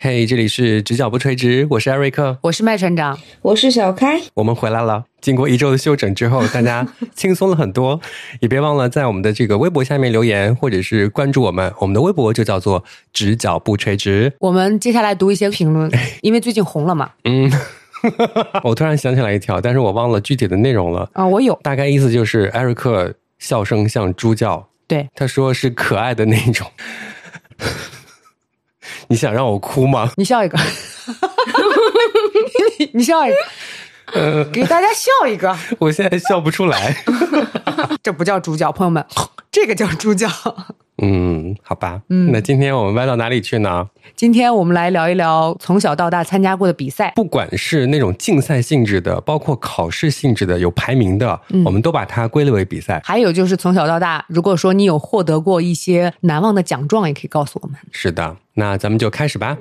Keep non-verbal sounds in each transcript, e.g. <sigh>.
嘿这里是直角不垂直，我是艾瑞克，我是麦船长，我是小 <laughs> 开，我们回来了。经过一周的休整之后，大家轻松了很多。也别忘了在我们的这个微博下面留言，或者是关注我们。我们的微博就叫做“直角不垂直我们接下来读一些评论，因为最近红了嘛。”。嗯，我突然想起来一条，但是我忘了具体的内容了。啊，我有大概意思就是艾瑞克笑声像猪叫，对，他说是可爱的那种。 <laughs> 你想让我哭吗？你笑一个， <laughs> 你你笑一个，给大家笑一个，我现在笑不出来。这不叫猪叫，朋友们，这个叫猪叫。嗯，好吧，嗯，那今天我们歪到哪里去呢？今天我们来聊一聊从小到大参加过的比赛，不管是那种竞赛性质的，包括考试性质的，有排名的，我们都把它归类为比赛。还有就是从小到大，如果说你有获得过一些难忘的奖状，也可以告诉我们。是的，那咱们就开始吧。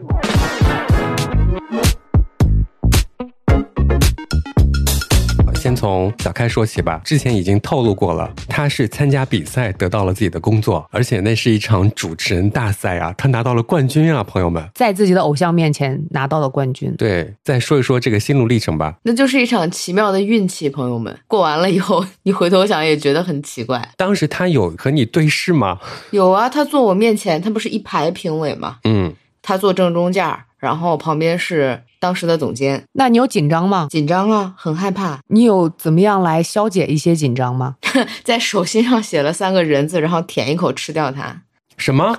先从小开说起吧，之前已经透露过了，他是参加比赛得到了自己的工作，而且那是一场主持人大赛啊，他拿到了冠军啊，朋友们。在自己的偶像面前拿到了冠军，对，再说一说这个心路历程吧。那就是一场奇妙的运气，朋友们。过完了以后，你回头想也觉得很奇怪。当时他有和你对视吗？有啊，他坐我面前，他不是一排评委吗？嗯，他坐正中间儿，然后旁边是当时的总监。那你有紧张吗？紧张啊，很害怕，你有怎么样来消解一些紧张吗？在手心上写了三个人字，然后舔一口吃掉它。什么？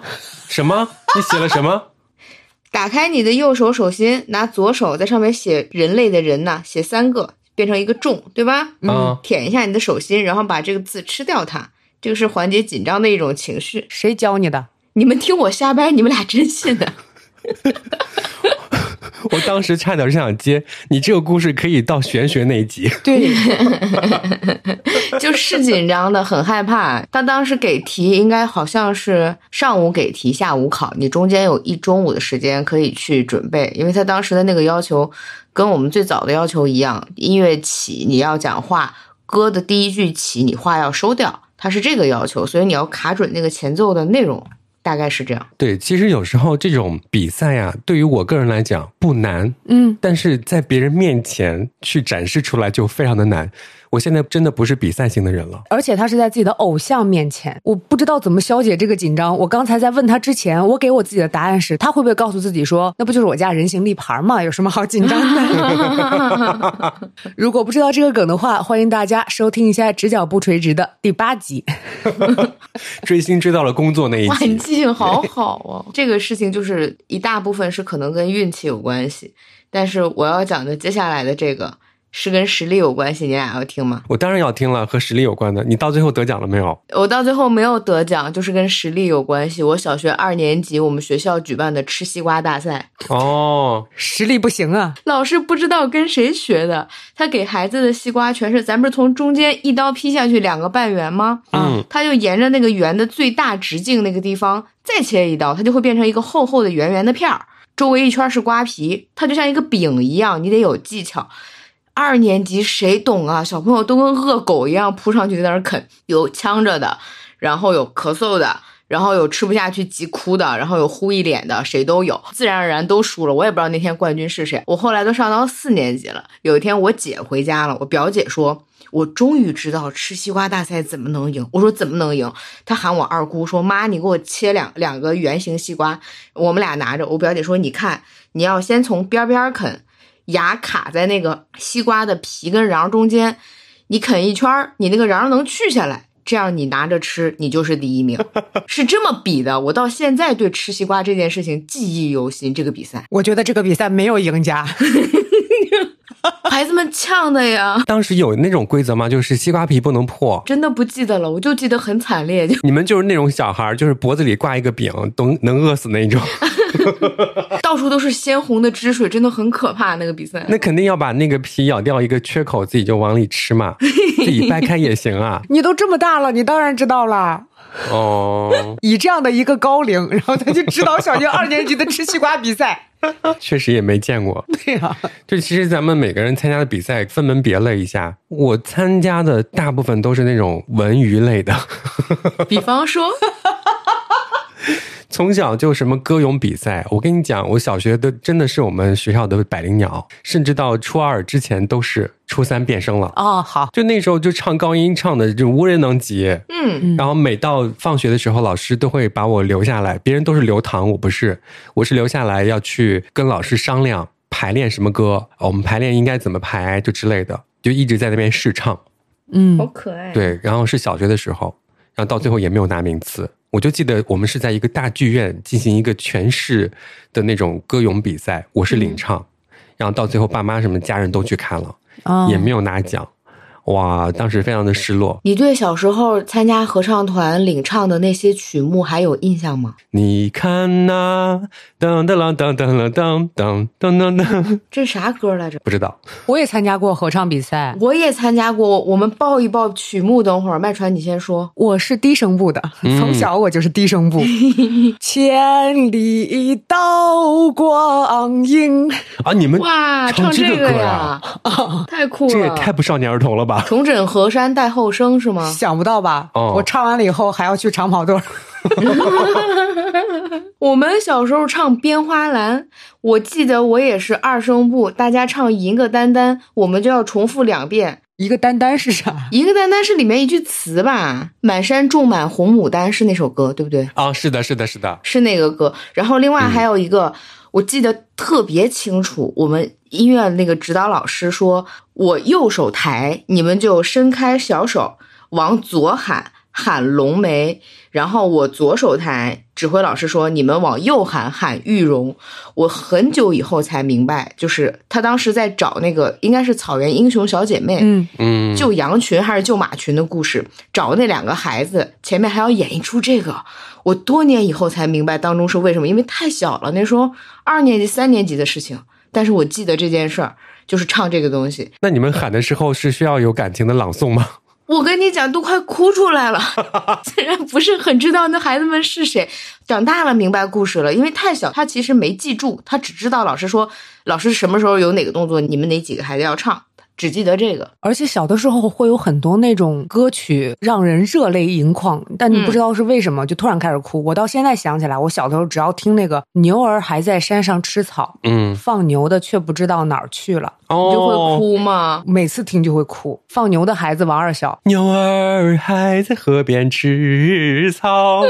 什么？你写了什么？打开你的右手手心，拿左手在上面写人类的人呐，写三个，变成一个重，对吧？啊舔一下你的手心，然后把这个字吃掉它。这个是缓解紧张的一种情绪。谁教你的？你们听我瞎掰，你们俩真信的。我当时差点想接你这个故事，可以到玄学那一集。对，就是紧张的，很害怕。他当时给题，应该好像是上午给题，下午考，你中间有一中午的时间可以去准备，因为他当时的那个要求跟我们最早的要求一样，音乐起你要讲话，歌的第一句起你话要收掉，他是这个要求，所以你要卡准那个前奏的内容，大概是这样。对，其实有时候这种比赛呀、对于我个人来讲不难， <laughs> 嗯，但是在别人面前去展示出来就非常的难。我现在真的不是比赛型的人了。而且他是在自己的偶像面前，我不知道怎么消解这个紧张。我刚才在问他之前，我给我自己的答案是，他会不会告诉自己说，那不就是我家人形立牌吗？有什么好紧张的？如果不知道这个梗的话，欢迎大家收听一下《直角不垂直》的第八集。追星追到了工作那一哇，你集，记性好好哦！ <laughs> 这个事情就是一大部分是可能跟运气有关系，但是我要讲的接下来的这个是跟实力有关系，你俩要听吗？我当然要听了，和实力有关的。你到最后得奖了没有？我到最后没有得奖，就是跟实力有关系。我小学二年级，我们学校举办的吃西瓜大赛，哦，实力不行啊，老师不知道跟谁学的，他给孩子的西瓜全是，咱不是从中间一刀劈下去两个半圆吗？嗯，他就沿着那个圆的最大直径那个地方再切一刀，它就会变成一个厚厚的圆圆的片儿，周围一圈是瓜皮，它就像一个饼一样，你得有技巧。二年级谁懂啊？小朋友都跟饿狗一样扑上去在那儿啃，有呛着的，然后有咳嗽的，然后有吃不下去急哭的，然后有呼一脸的，谁都有，自然而然都输了。我也不知道那天冠军是谁。我后来都上到四年级了，有一天我姐回家了，我表姐说。我终于知道吃西瓜大赛怎么能赢。我说怎么能赢？她喊我二姑说：“妈，你给我切两两个圆形西瓜。”我们俩拿着，我表姐说：“你看，你要先从边边啃，牙卡在那个西瓜的皮跟瓤中间，你啃一圈儿，你那个瓤能去下来，这样你拿着吃，你就是第一名。”是这么比的。我到现在对吃西瓜这件事情记忆犹新。这个比赛，我觉得这个比赛没有赢家。孩子们呛的呀，当时有那种规则吗？就是西瓜皮不能破。真的不记得了，我就记得很惨烈，就你们就是那种小孩儿，就是脖子里挂一个饼，能能饿死那种。到处都是鲜红的汁水，真的很可怕。那个比赛， <laughs> 那肯定要把那个皮咬掉一个缺口，自己就往里吃嘛，自己掰开也行啊。你都这么大了，你当然知道啦。哦，以这样的一个高龄，然后他去指导小学二年级的吃西瓜比赛，确实也没见过。对啊呀、就其实咱们每个人参加的比赛分门别类一下，我参加的大部 <laughs> 分都是那种文娱类的，比方说， <laughs> 从小就什么歌咏比赛，我跟你讲，我小学都真的是我们学校的百灵鸟，甚至到初二之前都是初三变声了。哦，好，就那时候就唱高音唱的就无人能及，嗯，然后每到放学的时候，老师都会把我留下来，别人都是留堂，我不是，我是留下来要去跟老师商量排练什么歌，哦我们排练应该怎么排，就之类的，就一直在那边试唱。嗯好，可爱。，对，然后是小学的时候，然后到最后也没有拿名次。我就记得我们是在一个大剧院进行一个全市的那种歌咏比赛，我是领唱，然后到最后爸妈什么家人都去看了，啊也没有拿奖，哇，当时非常的失落。你对小时候参加合唱团领唱的那些曲目还有印象吗？你看呐、噔噔啦噔噔啦噔噔噔噔噔，这是啥歌来着？不知道，我也参加过合唱比赛，我也参加过，我们报一报曲目。等会儿麦传你先说。我是低声部的，嗯从小我就是低声 <laughs> 部。千里刀光影，啊，你们哇，唱唱这这个个呀呀，太酷这也了。太不少年儿童了吧？重整河山待后生是吗？想不到吧？哦我唱完了以后还要去长跑队儿。 <laughs> 我们小时候唱《编花篮》，我记得我也是二声部，大家唱《银个丹丹》，我们就要重复两遍。一个丹丹是啥？银个丹丹是里面一句词吧？“满山种满红牡丹”是那首歌，对不对？啊，是的，是的，是的，是那个歌。然后另外还有一个，我记得特别清楚，我们音乐那个指导老师说，我右手抬，你们就伸开小手往左喊，喊龙梅。然后我左手抬，指挥老师说你们往右喊，喊玉荣。我很久以后才明白，就是他当时在找那个应该是草原英雄小姐妹，嗯，嗯，救羊群还是救马群的故事，找那两个孩子，前面还要演一出这个。我多年以后才明白当中是为什么，因为太小了，那时候二年级、三年级的事情。但是我记得这件事儿，就是唱这个东西，那你们喊的时候是需要有感情的朗诵吗？我跟你讲，都快哭出来 <laughs> 了。虽然不是很知道那孩子们是谁，长大了明白故事了，因为太小，他其实没记住，他只知道老师说老师什么时候有哪个动作，你们哪几个孩子要唱，只记得这个。而且小的时候会有很多那种歌曲让人热泪盈眶，但你不知道是为什么，就突然开始嗯哭。我到现在想起来，我小的时候只要听那个“牛儿还在山上吃草，嗯，放牛的却不知道哪儿去了哦，你就会哭吗”，？每次听就会哭。放牛的孩子王二小，牛儿还在河边吃草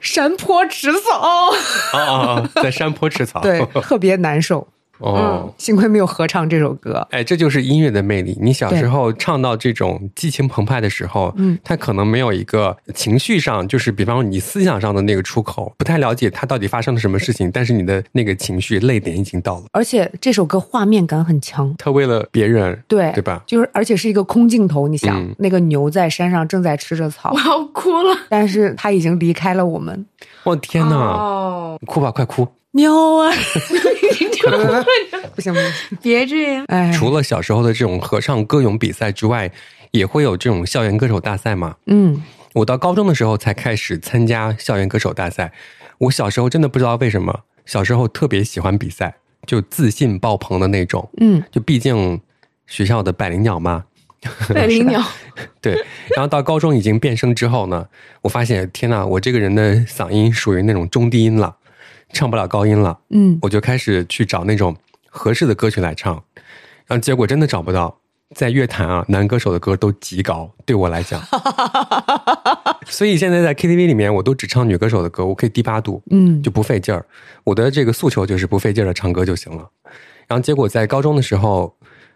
山坡吃草，啊啊，在山坡吃草。<laughs> <laughs> 对，特别难受。哦，幸亏没有合唱这首歌。哎，这就是音乐的魅力。你小时候唱到这种激情澎湃的时候，嗯，它可能没有一个情绪上，就是比方说你思想上的那个出口，不太了解它到底发生了什么事情，但是你的那个情绪泪点已经到了。而且这首歌画面感很强，他为了别人，对对吧？就是而且是一个空镜头，你想、嗯那个牛在山上正在吃着草我，要哭了。但是它已经离开了我 <laughs> 们。我、天哪！哦，哭吧，快哭！喵 <laughs> 啊！ <laughs> 不行不行，别这样。哎，除了小时候的这种合唱歌咏比赛之外，也会有这种校园歌手大赛嘛？嗯我到高中的时候才开始参加校园歌手大赛。我小时候真的不知道为什么，小时候特别喜欢比赛，就自信爆棚的那种。嗯，就毕竟学校的百灵鸟嘛，百灵鸟，对。然后到高中已经变声之后呢，我发现天呐，我这个人的嗓音属于那种中低音了，唱不了高音了。嗯，我就开始去找那种合适的歌曲来唱，然后结果真的找不到。在乐坛啊，男歌手的歌都极高，对我来讲，所以现在在 KTV 里面，我都只唱女歌手的歌，我可以低八度，嗯就不费劲儿。我的这个诉求就是不费劲儿的唱歌就行了。然后结果在高中的时候，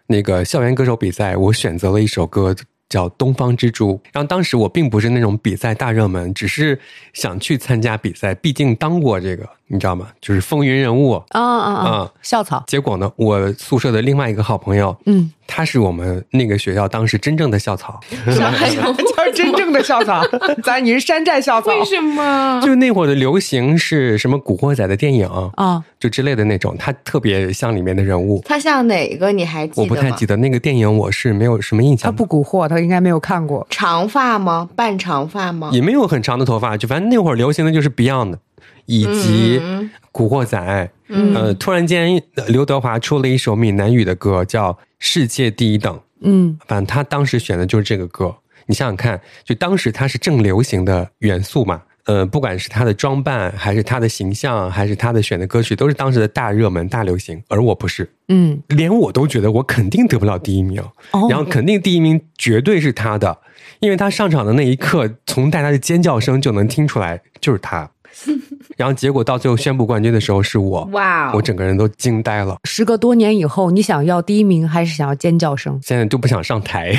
那个校园歌手比赛，我选择了一首歌叫《东方之珠》。然后当时我并不是那种比赛大热门，只是想去参加比赛，毕竟当过这个，你知道吗？就是风云人物。啊啊啊 <laughs> 啊，校草，结果呢，我宿舍的另外一个好朋友，嗯，他是我们那个学校当时真正的校草。 <laughs> 上海有 <laughs> 就是真正的校 <laughs> 草，咱你是山寨校草为什么？就那会儿的流行是什么《古惑仔》的电影，啊，就之类的那种，他特别像里面的人物。他像哪个？你还记得我吗？不太记得那个电影，我是没有什么印他象的。不蛊惑，他应该没有看过。长发吗？半长发吗？也没有很长的头发，就反正那会儿流行的就是 Beyond，以及《古惑仔》嗯呃，突然间，呃刘德华出了一首闽南语的歌，叫《世界第一等》。嗯反正他当时选的就是这个歌。你想想看，就当时它是正流行的元素嘛，呃，不管是他的装扮，还是他的形象，还是他的选的歌曲，都是当时的大热门、大流行。而我不是，嗯，连我都觉得我肯定得不了第一名，哦然后肯定第一名绝对是他的，因为他上场的那一刻，从大家的尖叫声就能听出来就是他。 <laughs> 然后结果到最后宣布冠军的时候是我，嗯哦哇我整个人都惊呆了，时隔多年以后，你想要第一名还是想要尖叫声？现在就不想上 <laughs> 台。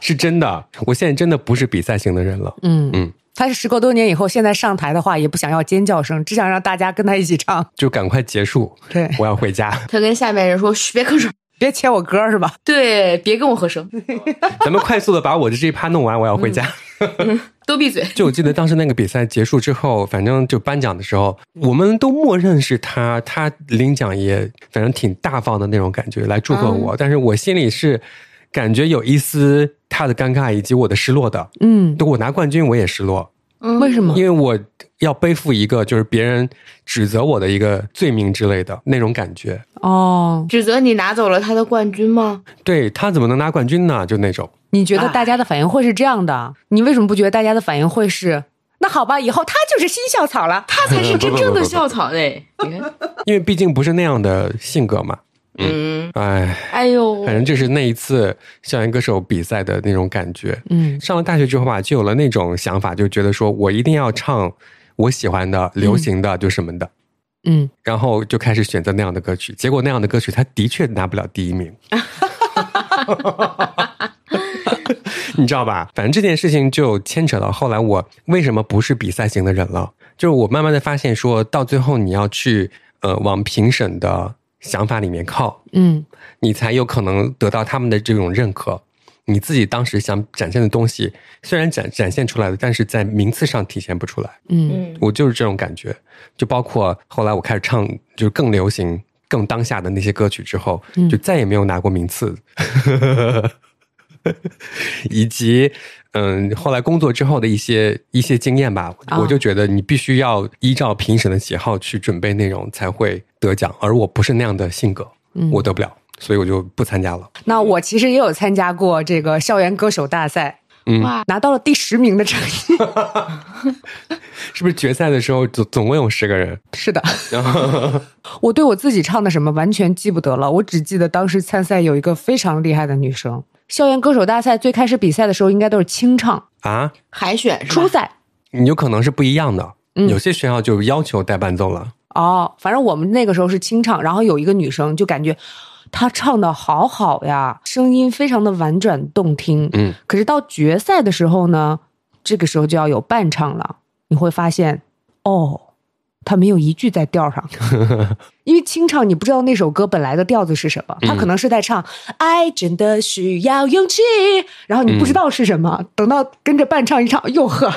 是真的，我现在真的不是比赛型的人了。嗯嗯，他是时隔多年以后，现在上台的话也不想要尖叫声，只想让大家跟他一起唱。就赶快结束，对，我要回家。他跟下面人说：“嘘，别吭声，别切我歌是吧？对，别跟我合声，咱们快速的把我的这一趴弄完，我要回家。都闭嘴。就我记得当时那个比赛结束之后，反正就颁奖的时候，我们都默认是他，他领奖也反正挺大方的那种感觉来祝贺我，但是我心里是感觉有一丝他的尴尬以及我的失落的。嗯，我拿冠军我也失落，嗯”为什么因为我要背负一个就是别人指责我的一个罪名之类的那种感觉。哦，指责你拿走了他的冠军吗？对他怎么能拿冠军呢？就那种。你觉得大家的反应会是这样的？你为什么不觉得大家的反应会是？那好吧，以后他就是新校草了。他才是真正的校草嘞！你看，因为毕竟不是那样的性格嘛。嗯，哎，哎呦，反正这是那一次校园歌手比赛的那种感觉。嗯上了大学之后吧，就有了那种想法，就觉得说我一定要唱我喜欢的、流行的，就什么的。嗯，然后就开始选择那样的歌曲，结果那样的歌曲，他的确拿不了第一名， <laughs> 你知道吧？反正这件事情就牵扯到后来我为什么不是比赛型的人了，就是我慢慢的发现说，到最后你要去呃往评审的想法里面靠，嗯你才有可能得到他们的这种认可。你自己当时想展现的东西，虽然展展现出来了，但是在名次上体现不出来。嗯嗯我就是这种感觉。就包括后来我开始唱，就是更流行、更当下的那些歌曲之后，嗯就再也没有拿过名次。 <laughs> 以及，嗯，后来工作之后的一些一些经验吧，啊我就觉得你必须要依照评审的喜好去准备内容才会得奖，而我不是那样的性格，嗯，我得不了，所以我就不参加了。那我其实也有参加过这个校园歌手大赛，嗯哇拿到了第十名的成绩。是不是决赛的时候总总共有十个人？是的，我对我自己唱的什么完全记不得了，我只记得当时参赛有一个非常厉害的女生。校园歌手大赛最开始比赛的时候，应该都是清唱啊，海选是吧初赛你有可能是不一样的，嗯有些学校就要求带伴奏了。哦，反正我们那个时候是清唱，然后有一个女生就感觉她唱的好好呀，声音非常的婉转动听。嗯，可是到决赛的时候呢，这个时候就要有伴唱了，你会发现哦，她没有一句在调上，因为清唱你不知道那首歌本来的调子是什么，她可能是在唱“爱真的需要勇气”，然后你不知道是什么，等到跟着伴唱一唱，哟呵，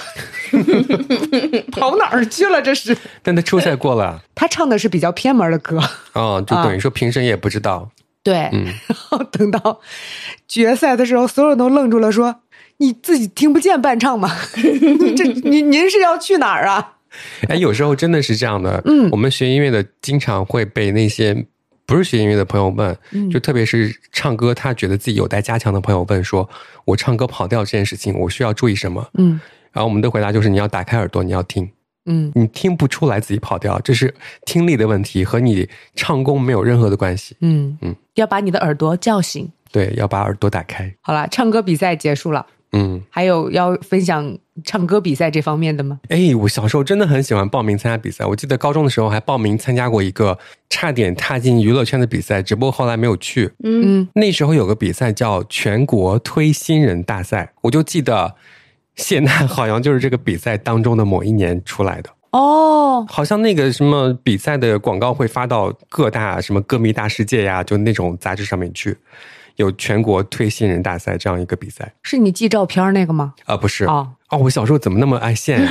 跑哪儿去了？这是。但他初赛过 <laughs> 了，他唱的是比较偏门的歌，哦，就啊等于说评审也不知道，对。嗯，然后等到决赛的时候，所有人都愣住了，说：“你自己听不见伴唱吗？ <laughs> 你这您您是要去哪儿啊哎，有时候真的是这样的，嗯我们学音乐的经常会被那些不是学音乐的朋友问，嗯就特别是唱歌他觉得自己有待加强的朋友问说，我唱歌跑调这件事情，我需要注意什么？”？嗯然后我们的回答就是你要打开耳朵，你要听，嗯你听不出来自己跑调，这是听力的问题，和你唱功没有任何的关系。嗯嗯要把你的耳朵叫醒。对，要把耳朵打开。好了，唱歌比赛结束了，嗯，还有要分享唱歌比赛这方面的吗？哎，我小时候真的很喜欢报名参加比赛。我记得高中的时候还报名参加过一个差点踏进娱乐圈的比赛，只不过后来没有去。嗯，嗯那时候有个比赛叫全国推新人大赛，我就记得谢娜 <laughs> 好像就是这个比赛当中的某一年出来的。哦，好像那个什么比赛的广告会发到各大什么歌迷大世界呀，就那种杂志上面去。有全国推新人大赛这样一个比赛是你寄照片那个吗？啊、不是哦，哦，我小时候怎么那么爱现呀、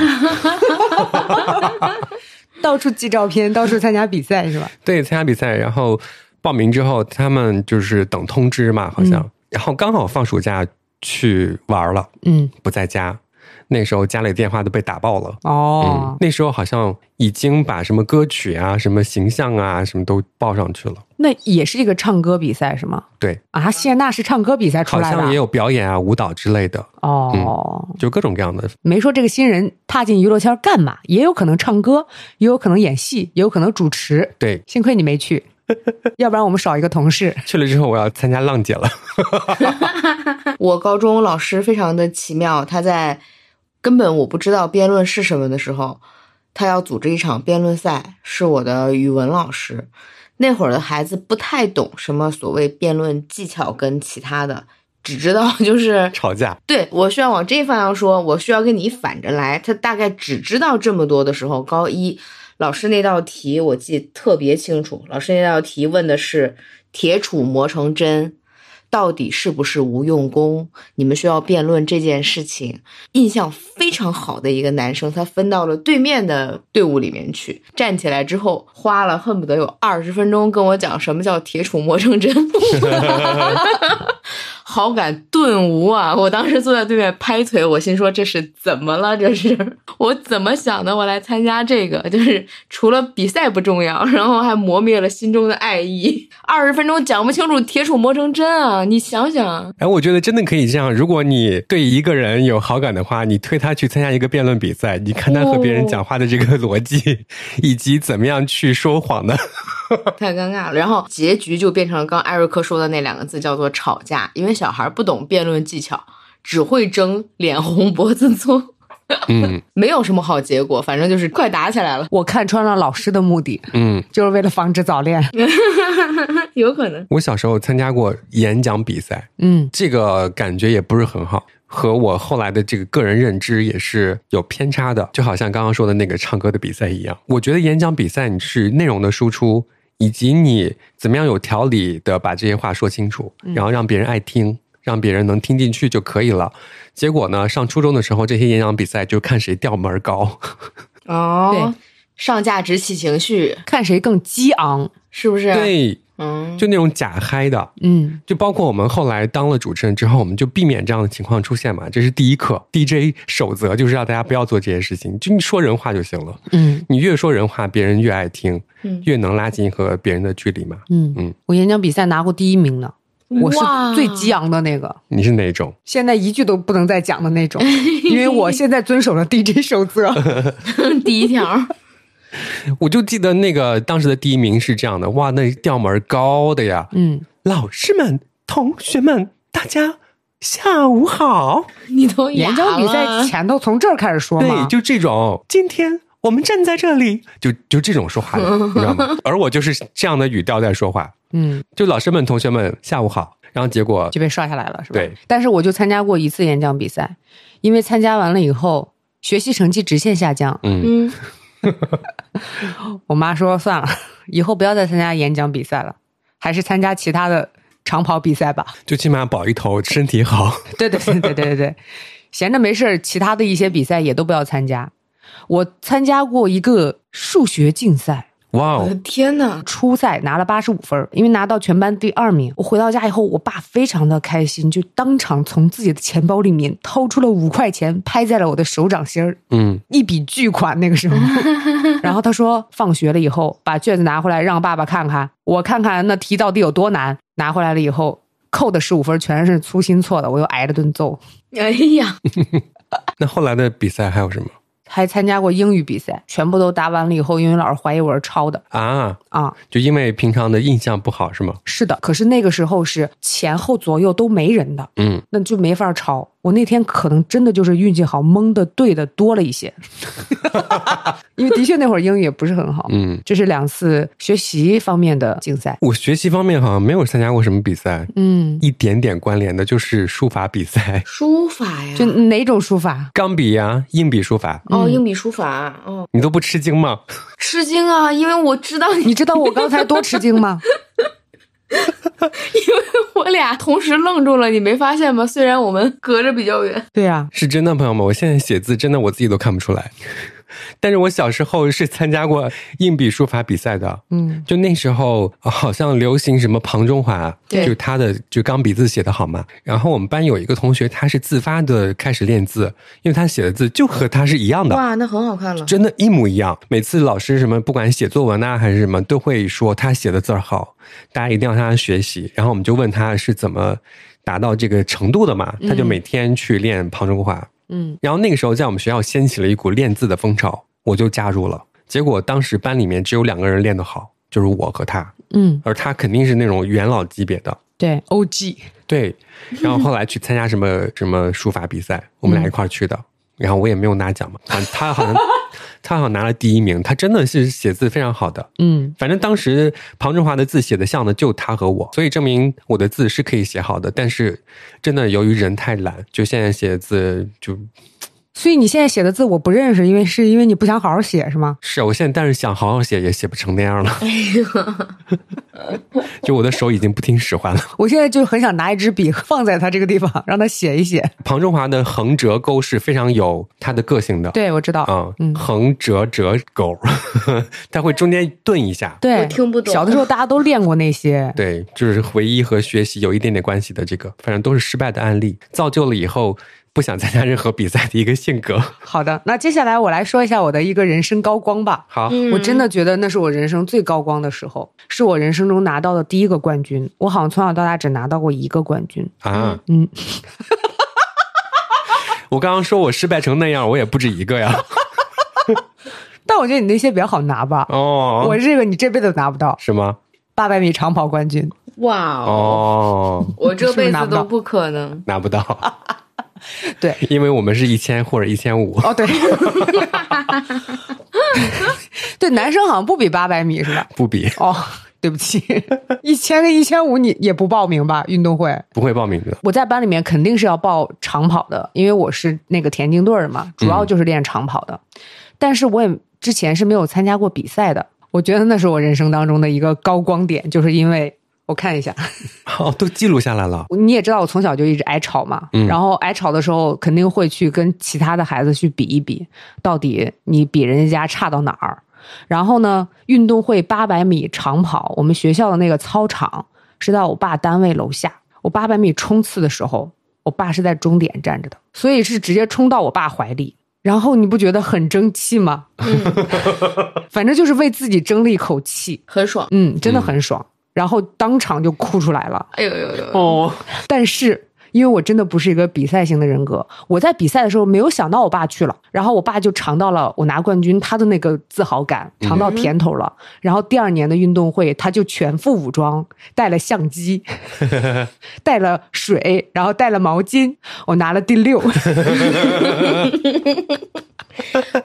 到处寄照片，到处参加比赛是吧？对，参加比赛，然后报名之后，他们就是等通嗯知嘛，好像，然后刚好放暑假去玩了，嗯不在家。那时候家里电话都被打爆了。嗯哦，，那时候好像已经把什么歌曲啊、什么形象啊、什么都报上去了，那也是一个唱歌比赛是吗？对啊，谢娜是唱歌比赛出好来的像也有嗯表演啊、舞蹈之类的，哦。就各种各样的。没说这个新人踏进娱乐圈干嘛，也有可能唱歌，也有可能演戏，也有可能主持。对，幸亏你 <laughs> 没去，要不然我们少一个同事。去了之后我要参加浪姐了。 <laughs> 我高中老师非常的奇妙，他在根本我不知道辩论是什么的时候，他要组织一场辩论赛，是我的语文老师。那会儿的孩子不太懂什么所谓辩论技巧跟其他的，只知道就是 <laughs> 吵架，对我需要往这方向说，我需要跟你反着来。他大概只知道这么多的时候，高一老师那道题我记得特别清楚，老师那道题问的是铁杵磨成针。到底是不是无用功？你们需要辩论这件事情。印象非常好的一个男生，他分到了对面的队伍里面去。站起来之后，花了恨不得有二十分钟跟我讲什么叫铁杵磨成针。 <laughs> 好感顿无啊！我当时坐在对面拍腿，我心说这是怎么了？这是我怎么想的？我来参加这个，就是除了比赛不重要，然后还磨灭了心中的爱意。二十分钟讲不清楚，铁杵磨成针啊！你想想，哎，我觉得真的可以这样。如果你对一个人有好感的话，你推他去参加一个辩论比赛，你看他和别人讲话的这个 <laughs> 逻辑，以及怎么样去说谎的。太尴尬了。然后结局就变成了刚艾瑞克说的那两个字，叫做吵架，因为小孩不懂辩论技巧，只会争，脸红脖子粗，嗯 <laughs> 没有什么好结果，反正就是快打起来了， <laughs> 我看穿上老师的目的嗯，就是为了防止早恋。有可能。我小时候参加过演讲比赛，嗯，这个感觉也不是很好，和我后来的这个个人认知也是有偏差的。就好像刚刚说的那个唱歌的比赛一样，我觉得演讲比赛你是内容的输出，以及你怎么样有条理的把这些话说清楚，然后让别人爱听，让别人能听进去就可以了。结果呢，上初中的时候，这些演讲比赛就看谁调门儿高。哦对，上价值起情绪，看谁更激昂。是不是？，对，嗯，就那种假嗨的，嗯，就包括我们后来当了主持人之后，我们就避免这样的情况出现嘛，这是第一课。DJ 守则就是让大家不要做这些事情，就你说人话就行了。嗯你越说人话，别人越爱听，嗯越能拉近和别人的距离嘛。嗯嗯我演讲比赛拿过第一名呢，我是哇最激昂的那个，你是哪种？现在一句都不能再讲的那种，因为我现在遵守了 DJ <laughs> 守则。第一条，我就记得那个当时的第一名是这样的，哇，那调门儿高的呀！嗯，老师们、同学们，大家下午好。 <laughs> 你都哑演讲比了赛前头从这儿开始说对，嘛，就这种。今天我们站在这里，就就这种说话的，你知道吗？而我就是这样的语调在说话。嗯，就老师们、同学们，下午好。然后结果就被刷下来了，是吧？对。但是我就参加过一次演讲比赛，因为参加完了以后，学习成绩直线下降，嗯，嗯，我妈说算了， <laughs> 以后不要再参加演讲比赛了，还是参加其他的长跑比赛吧。 <laughs> 就起码保一头，身体 <laughs> 好。对对对对对对对，闲着没事儿，其他的一些比赛也都不要参加。我参加过一个数学竞赛，哇我的哦，天呐，初赛拿了八十五分儿，因为拿到全班第二名。我回到家以后，我爸非常的开心，就当场从自己的钱包里面掏出了五块钱，拍在了我的手掌心儿，嗯，一笔巨款那个时候。然后他说，放学了以后把卷子拿回来让爸爸看看，我看看那题到底有多难。拿回来了以后，扣的十五分全是粗心错的，我又挨了顿揍。 <laughs> 哎呀，那后来的比赛还有什么还参加过英语比赛，全部都答完了以后，英语老师怀疑我是抄的啊？啊。就因为平常的印象不好是吗？是的，可是那个时候是前后左右都没人的，嗯，那就没法抄。我那天可能真的就是运气好，蒙的对的多了一些， <laughs> 因为的确那会儿英语也不是很好。嗯，这是两次学习方面的竞赛。我学习方面好像没有参加过什么比赛，嗯，一点点关联的就是书法比赛， <laughs> 书法呀，就哪种书法？钢笔呀、硬笔书法，哦，硬笔书法，哦，你都不吃惊吗？ <laughs> 吃惊啊，因为我知道你，你知道我刚才多吃惊吗？ <laughs> <laughs> 因为我俩同时愣住了，你没发现吗？虽然我们隔着比较远，对呀、啊是真的，朋友们，我现在写字真的我自己都看不出来， <laughs> 但是我小时候是参加过硬笔书法比赛的，嗯，就那时候呃好像流行什么庞中华，对就他的就钢笔字写的好嘛。然后我们班有一个同学，他是自发的开始练字，因为他写的字就和他是一样的。 <laughs> 哇，那很好看了。真的，一模一样。每次老师什么，不管写作文啊呐、还是什么，都会说他写的字儿好，大家一定要向他学习。然后我们就问他是怎么达到这个程度的嘛，嗯他就每天去练庞中华。嗯，然后那个时候在我们学校掀起了一股练字的风潮，我就加入了。结果当时班里面只有两个人练得好，就是我和他，嗯，而他肯定是那种元老级别的。对，O G，对，然后后来去参加什么什么书法比赛，我们俩一块儿去的。然后我也没有拿奖嘛，反正他好像他好像拿了第一名，他真的是写字非常好的。嗯反正当时庞中华的字写的像的就他和我，所以证明我的字是可以写好的。但是真的由于人太懒，就现在写字就所以你现在写的字我不认识，因为是因为你不想好好写是吗？是我现在，但是想好好写也写不成那样了，哎呀， <laughs> 就我的手已经不听使唤了。我现在就很想拿一支笔 <laughs> 放在他这个地方，让他写一写。庞中华的横折钩是非常有他的个性的，对，我知道，啊，嗯横折折钩， <laughs> 它会中间顿一下。对，我听不懂小的时候大家都练过那些，对，就是回忆和学习有一点点关系的这个，反正都是失败的案例，造就了以后不想参加任何比赛的一个性格。 <laughs> 好的，那接下来我来说一下我的一个人生高光吧。好，嗯我真的觉得那是我人生最高光的时候，是我人生中拿到的第一个冠军。我好像从小到大只拿到过一个冠军。啊，嗯，我刚刚说我失败成那样，我也不止一个 <laughs> 呀。但我觉得你那些比较好拿吧。哦，我这个你这辈子都拿不到，是吗？八百米长跑冠军。哇哦，哦，我这辈是不是拿子不到都不可能。拿不到， <laughs> 对，因为我们是一千或者一千五。哦对， <laughs> 对，男生好像不比八百米是吧？不比，哦，对不起，一千跟一千五你也不报名吧？运动会。不会报名的。我在班里面肯定是要报长跑的，因为我是那个田径队儿的嘛，主要就是练长跑的。但是我也之前是没有参加过比赛的，我觉得那是我人生当中的一个高光点，就是因为我看一下，哦，都记录下来了。你也知道我从小就一直挨吵嘛，嗯然后挨吵的时候肯定会去跟其他的孩子去比一比，到底你比人家差到哪儿。然后呢，运动会八百米长跑，我们学校的那个操场是在我爸单位楼下。我八百米冲刺的时候，我爸是在终点站着的，所以是直接冲到我爸怀里。然后你不觉得很争气吗？嗯， <laughs> 反正就是为自己争了一口气，很爽。嗯，真的很爽。然后当场就哭出来了。哎呦呦呦！哦，但是因为我真的不是一个比赛型的人格，我在比赛的时候没有想到我爸去了，然后我爸就尝到了我拿冠军他的那个自豪感，尝到甜头了。然后第二年的运动会，他就全副武装，带了相机，带了水，然后带了毛巾，我拿了第六。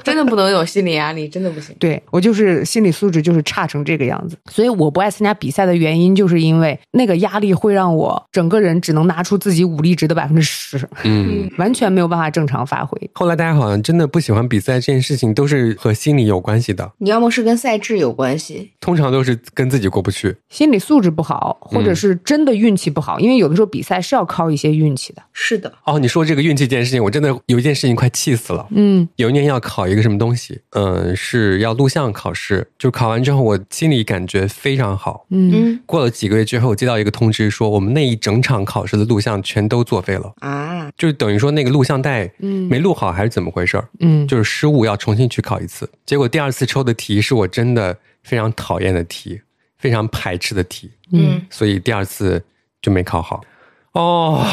真的不能有心理压力，真的不行。对我就是心理素质就是差成这个样子，所以我不爱参加比赛的原因，就是因为那个压力会让我整个人只能拿出自己武力值的百分之十，嗯，完全没有办法正常发挥。后来大家好像真的不喜欢比赛这件事情，都是和心理有关系的，你要么是跟赛制有关系，通常都是跟自己过不去。心理素质不好，或者嗯是真的运气不好，因为有的时候比赛是要靠一些运气的。是的，哦，你说这个运气这件事情，我真的有一件事情快气死了。嗯有一年要考一个什么东西，嗯，是要录像考试，就考完之后我心里感觉非常好。嗯，嗯过了几个月之后，接到一个通知说，我们那一整场考试的录像全都作废了，啊，就是等于说那个录像带嗯没录好还是怎么回事儿，嗯，就是失误要重新去考一次。结果第二次抽的题是我真的非常讨厌的题，非常排斥的题，嗯，所以第二次就没考好。哦，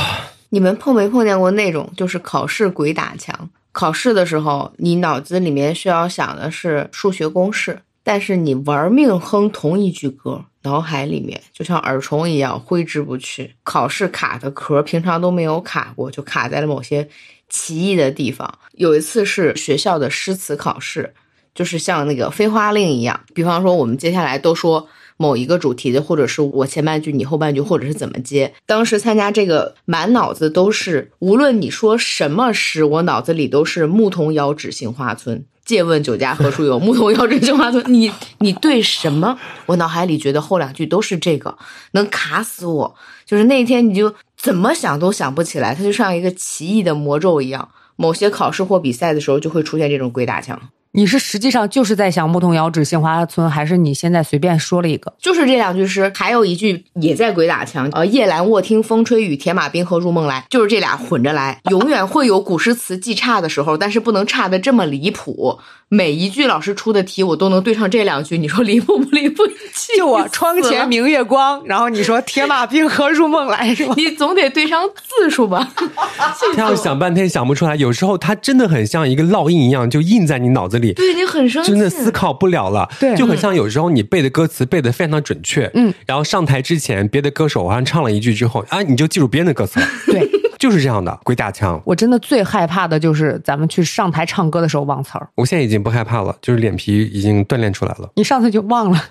你们碰没碰见过那种就是考试鬼打墙？考试的时候，你脑子里面需要想的是数学公式，但是你玩命哼同一句歌，脑海里面就像耳虫一样挥之不去。考试卡的壳，平常都没有卡过，就卡在了某些奇异的地方。有一次是学校的诗词考试，就是像那个飞花令一样，比方说我们接下来都说某一个主题的，或者是我前半句你后半句，或者是怎么接。当时参加这个，满脑子都是，无论你说什么诗，我脑子里都是“牧童遥指杏花村”。借问酒家何处有？牧童遥指杏花村。你你对什么？我脑海里觉得后两句都是这个，能卡死我。就是那天你就怎么想都想不起来，它就像一个奇异的魔咒一样。某些考试或比赛的时候就会出现这种鬼打墙。你是实际上就是在想牧童遥指杏花村，还是你现在随便说了 <laughs> 一个？就是这两句诗，还有一句也在鬼打墙，呃，夜阑卧听风吹雨，铁马冰河入梦来，就是这俩混着来，永远会有古诗词记差的时候，但是不能差的这么离谱。每一句老师出的题，我都能对上这两句，你说离谱不离谱？气就我死窗了前明月光，然后你说铁马冰河入梦来是吧？ <laughs> 你总得对上字数吧？ <laughs> 这样想半天想不出来，有时候它真的很像一个烙印一样，就印在你脑子里，对你很生气，真的思考不了了。对就很像有时候你背的歌词背的非常准确，嗯，然后上台之前别的歌手好像唱了一句之后，啊，你就记住别人的歌词了， <laughs> 对，就是这样的鬼打墙。 <laughs> 我真的最害怕的就是咱们去上台唱歌的时候忘词儿，。我现在已经不害怕了，就是脸皮已经锻炼出来了你上次就忘了。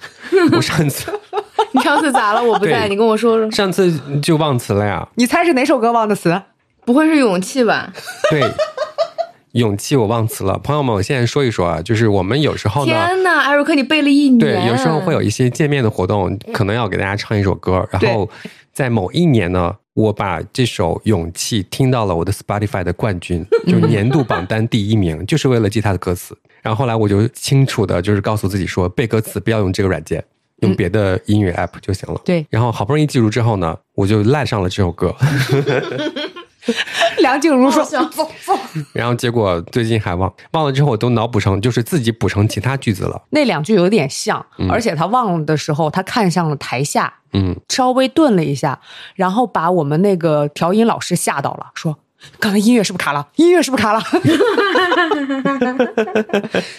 我上次你上次咋了？我不在，对你跟我说说，上次就忘词了呀， <laughs> 你猜是哪首歌忘的词？不会是勇气吧？对。 <laughs> 勇气我忘词了，朋友们，我现在说一说啊，就是我们有时候呢，天呐，艾瑞克，你背了一年，对，有时候会有一些见面的活动，可能要给大家唱一首歌。然后在某一年呢，我把这首《勇气》听到了我的 Spotify 的冠军，就年度榜单第一名，就是为了记它的歌词。然后后来我就清楚的，就是告诉自己说，背歌词不要用这个软件，用别的音乐 app 就行了。对，然后好不容易记住之后呢，我就赖上了这首歌， <laughs> 梁静茹说好笑然后结果最近还忘，忘了之后我都脑补成就是自己补成其他句子了。那两句有点像，而且他忘了的时候，他看向了台下，嗯，稍微顿了一下，然后把我们那个调音老师吓到了，说：“刚才音乐是不是卡了？音乐是不是卡了？” <laughs>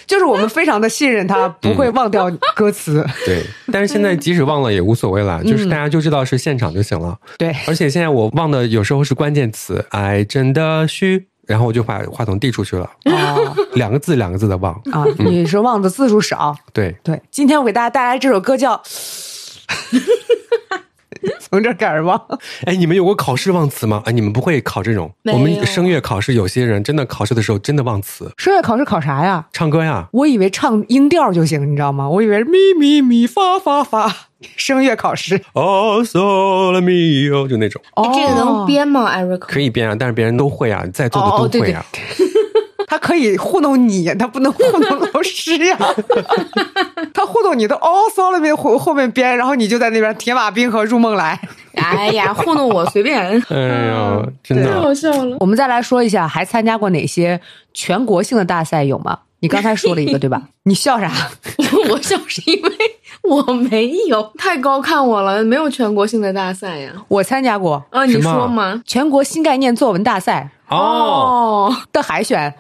就是我们非常的信任他，不会忘掉歌词。对，但是现在即使忘了也无所谓嗯了，就是大家就知道是现场就行了。对，而且现在我忘的有时候是关键词，哎，真的虚，然后我就把话筒递出去了，哦两个字两个字的忘。啊，你是忘的字数少。对，对，今天我给大家带来这首歌叫 <laughs> 从这儿开始忘。哎，你们有过考试忘词吗？哎，你们不会考这种？没有我们声乐考试，有些人真的考试的时候真的忘词，声乐考试考啥呀？唱歌呀。我以为唱音调就行，你知道吗？我以为咪咪咪发发发，声乐考试。哦，sole mio，就那种哦哎这个能？编吗？艾瑞克，可以编啊，但是别人都会啊，在座哦的都对会啊。他可以糊弄你，他不能糊弄老师呀、 <laughs> 他糊弄你都哦骚了边后后面编，然后你就在那边铁马冰河入梦来。哎呀，糊弄我随便。哎呀，真太的，好笑了。我们再来说一下，还参加过哪些全国性的大赛有吗？你刚才说了一个对 <laughs> 吧？你笑啥？ <laughs> 我笑是因为我没有太高看我了，没有全国性的大赛呀。我参加过啊，你什么说嘛？全国新概念作文大赛哦，的海选，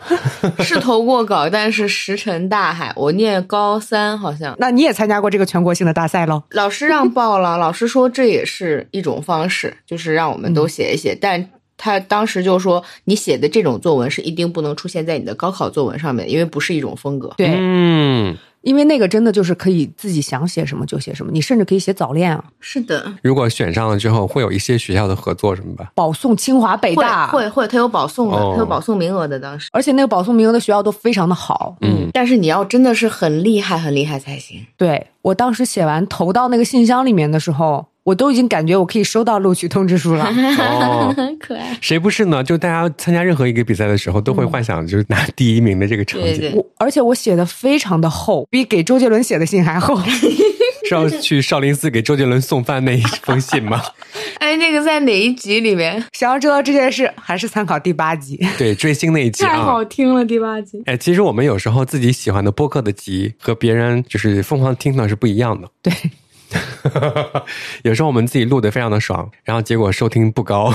哦，是投过稿，但是石沉大海。我念高三好像。那你也参加过这个全国性的大赛喽？老师让报了，老师说这也是一种方式，就是让我们嗯都写一写。但他当时就说，你写的这种作文是一定不能出现在你的高考作文上面，因为不是一种风格。对，嗯。因为那个真的就是可以自己想写什么就写什么，你甚至可以写早恋啊，是的，如果选上了之后，会有一些学校的合作什么吧？保送清华北会大，会会，他有保送的，哦他有保送名额的。当时，而且那个保送名额的学校都非常的好。嗯，但是你要真的是很厉害，很厉害才行。对我当时写完投到那个信箱里面的时候，我都已经感觉我可以收到录取通知书了。哦，很 <laughs> 可爱，谁不是呢？就大家参加任何一个比赛的时候，都会幻想就是拿第一名的这个场景，对对，我而且我写的非常的厚，比给周杰伦写的信还厚。 <laughs> <laughs> 是要去少林寺给周杰伦送饭那一封信 <laughs> 吗？哎，那个在哪一集里面？想要知道这件事，还是参考第八集。 <laughs> 对，追星那一集太啊好。听了，第八集。哎，其实我们有时候自己喜欢的播客的集和别人就是疯狂听的是不一样的。对， <laughs> 有时候我们自己录的非常的爽，然后结果收听 <laughs> 不高。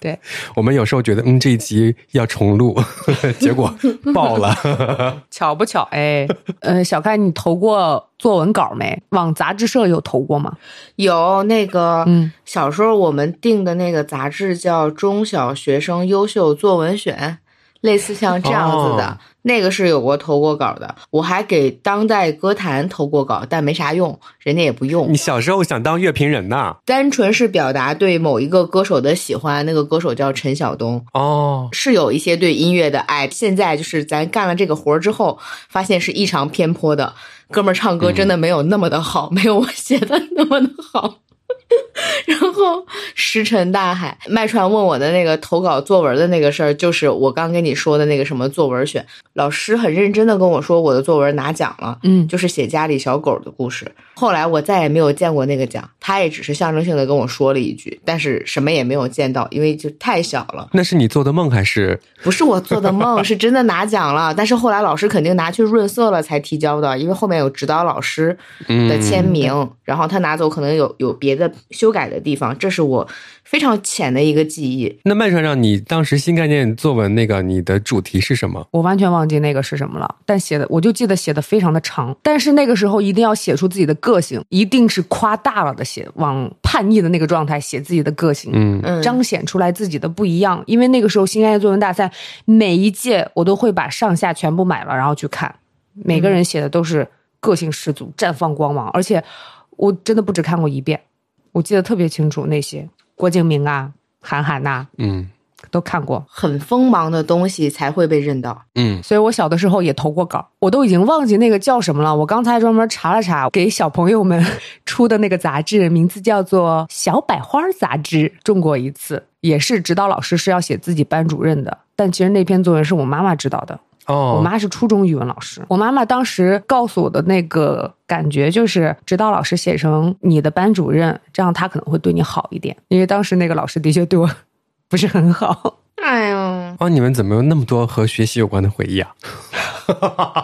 对， <laughs> 我们有时候觉得嗯这一集要重录， <laughs> 结果爆了。 <laughs> 巧不巧？哎，呃，小开，你投过作文稿没？往杂志社有投过吗？有那个，嗯，小时候我们订的那个杂志叫《中小学生优秀作文选》，类似像这样子的，哦那个是有过投过稿的。我还给当代歌坛投过稿，但没啥用，人家也不用你。小时候想当乐评人呐？单纯是表达对某一个歌手的喜欢，那个歌手叫陈晓东。哦，是有一些对音乐的爱，现在就是咱干了这个活儿之后，发现是异常偏颇的。哥们儿唱歌真的没有那么的好，没有我写的那么的好。 <laughs> 然后石沉大海。麦川问我的那个投稿作文的那个事儿，就是我刚跟你说的那个什么作文选，老师很认真的跟我说我的作文拿奖了。嗯，就是写家里小狗的故事。后来我再也没有见过那个奖，他也只是象征性的跟我说了一句，但是什么也没有见到，因为就太小了。那是你做的梦还是？不是我做 <laughs> 的梦，是真的拿奖了。但是后来老师肯定拿去润色了才提交的，因为后面有指导老师嗯的签名，然后他拿走可能有有别的修改的地方，这是我非常浅的一个记忆。那麦船长，你当时新概念作文那个你的主题是什么？我完全忘记那个是什么了，但写的我就记得写的非常的长，但是那个时候一定要写出自己的个性，一定是夸大了的写，往叛逆的那个状态写自己的个性，嗯嗯，彰显出来自己的不一样。因为那个时候新概念作文大赛，每一届我都会把上下全部买了，然后去看，每个人写的都是个性十足，绽放光芒。而且我真的不只看过一遍，我记得特别清楚那些郭敬明啊、韩寒呐、嗯都看过。很锋芒的东西才会被认到。嗯，所以我小的时候也投过稿，我都已经忘记那个叫什么了。我刚才专门查了查，给小朋友们出的那个杂志，名字叫做《小百花杂志》，中过一次，也是指导老师是要写自己班主任的，但其实那篇作文是我妈妈指导的。我哦，妈是初中语文老师，我妈妈当时告诉我的那个感觉就是，指导老师写成你的班主任，这样他可能会对你好一点，因为当时那个老师的确对我不是很好。哎呦，啊，你们怎么有那么多和学习有关的回忆 <laughs> 啊？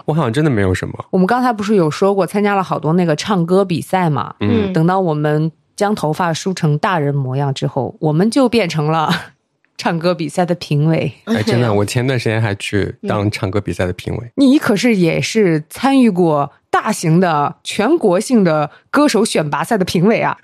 我好像真的没有什么。我们刚才不是有说过参加了好多那个唱歌比赛嘛？嗯等到我们将头发梳成大人模样之后，我们就变成了 <laughs> 唱歌比赛的评委。 <laughs> 哎，真的，我前段时间还去嗯当唱歌比赛的评委。你可是也是参与过大型的全国性的歌手选拔赛的评委啊！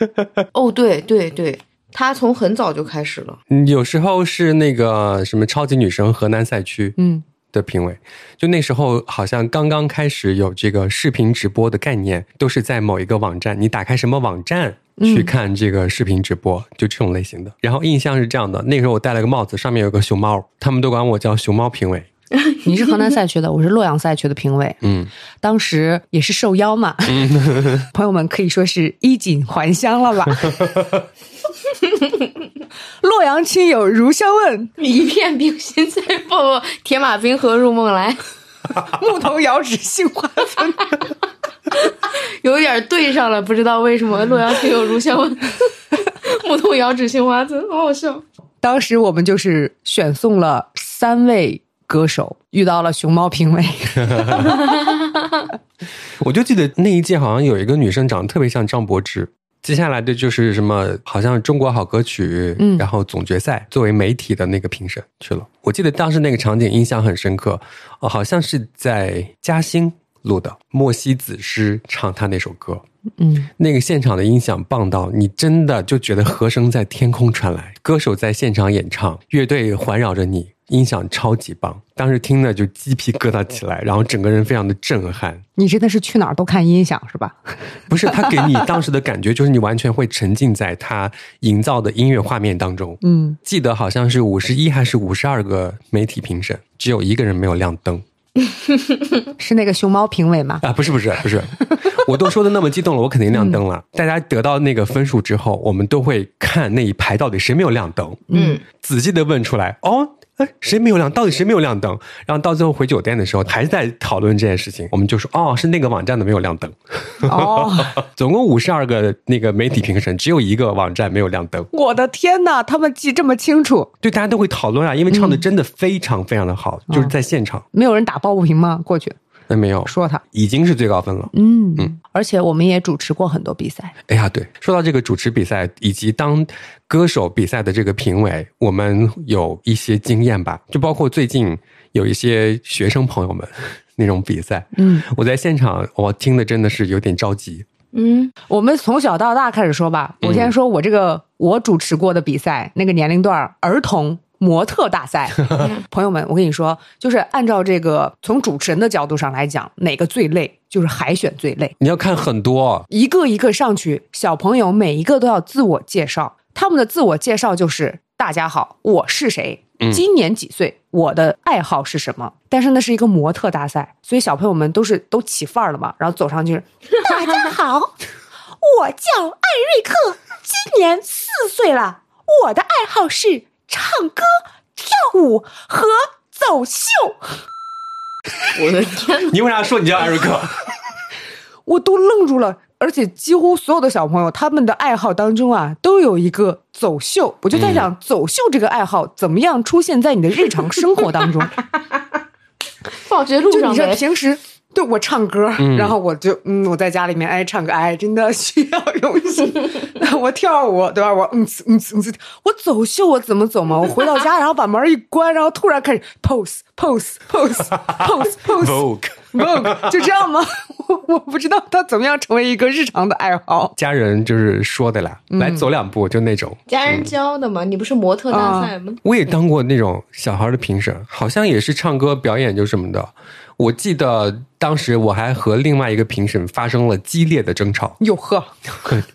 哦，对对对，他从很早就开始 <laughs> 了。嗯有时候是那个什么超级女声河南赛区嗯，的评委，就那时候好像刚刚开始有这个视频直播的概念，都是在某一个网站，你打开什么网站去看这个视频直播，就这种类型的。然后印象是这样的，那时候我戴了个帽子，上面有个熊猫，他们都管我叫熊猫评委。你是河南赛区的，我是洛阳赛区的评委，嗯，当时也是受邀嘛。 <laughs> 朋友们可以说是衣锦还乡了吧？ <laughs> 洛阳亲友如相问，一片冰心在不不，铁马冰河入梦来， <laughs> 牧童遥指杏花村。有点对上了，不知道为什么。洛阳亲友如相问， <laughs> 牧童遥指杏花村，好好笑。当时我们就是选送了三位歌手，遇到了熊猫评委。我就记得那一届好像有一个女生长得特别像张柏芝。接下来的就是什么，好像中国好歌曲，嗯然后总决赛作为媒体的那个评审去了。我记得当时那个场景印象很深刻，呃、好像是在嘉兴录的，莫西子诗唱他那首歌，嗯，那个现场的音响棒到你真的就觉得和声在天空传来，歌手在现场演唱，乐队环绕着你，音响超级棒，当时听的就鸡皮疙瘩起来，然后整个人非常的震撼。 <laughs> 你真的是去哪儿都看音响是吧？不是他给你当时的感觉，就是你完全会沉浸在他营造的音乐画面当中。嗯，记得好像是五十一还是五十二个媒体评审，只有一个人没有亮灯是那个熊猫评委吗？啊！不是不是不是，我都说的那么激动了，我肯定亮灯了。大家得到那个分数之后，我们都会看那一排到底谁没有亮灯，嗯，仔细的问出来哦。哎，谁没有亮？到底谁没有亮灯？然后到最后回酒店的时候，还在讨论这件事情。我们就说，哦，是那个网站的没有亮灯。 <laughs> 哦，总共五十二个那个媒体评审，只有一个网站没有亮灯。我的天哪，他们记这么清楚，对，大家都会讨论啊，因为唱的真的非常非常的好，就是在现场，没有人打抱不平吗？过去那、嗯没有，说他。已经是最高分了。嗯嗯，而且我们也主持过很多比赛。哎呀，对，说到这个主持比赛以及当歌手比赛的这个评委，我们有一些经验吧，就包括最近有一些学生朋友们那种比赛，嗯，我在现场我听的真的是有点着 <laughs> 急。嗯，我们从小到大开始说吧。我先说我这个我主持过的比赛，那个年龄段儿儿童模特大赛。朋友们，我跟你说，就是按照这个从主持人的角度上来讲，哪个最累，就是海选最累。你要看很多，一个一个上去，小朋友每一个都要自我介绍。他们的自我介绍就是：“大家好，我是谁嗯，今年几岁，我的爱好是什么。”但是那是一个模特大赛，所以小朋友们都是都起范儿了嘛，然后走上去，大家好， <laughs> 我叫艾瑞克，今年四岁了。我的爱好是唱歌、跳舞和走秀。我的天哪！你为啥说你叫艾瑞 <laughs> 克？我都愣住了。而且几乎所有的小朋友，他们的爱好当中啊，都有一个走秀。我就在想，走秀这个爱好怎么样出现在你的日常生活当中？放学路就上你这呗，平时对我唱歌，然后我就嗯，我在家里面哎唱个哎，真的需要勇气。那我跳舞对吧？我嗯呲嗯呲嗯呲，我走秀我怎么走嘛？我回到家，然后把门一关，然后突然开始 pose pose pose pose pose Vogue <laughs> vogue，就这样吗？ <laughs> 我我不知道他怎么样成为一个日常的爱好。家人就是说的啦，来走两步就那种。家人教的嘛。你不是模特大赛吗？我也当过那种小孩的评审，好像也是唱歌表演就什么的。我记得当时我还和另外一个评审发生了激烈的争 <laughs> 吵，哟呵，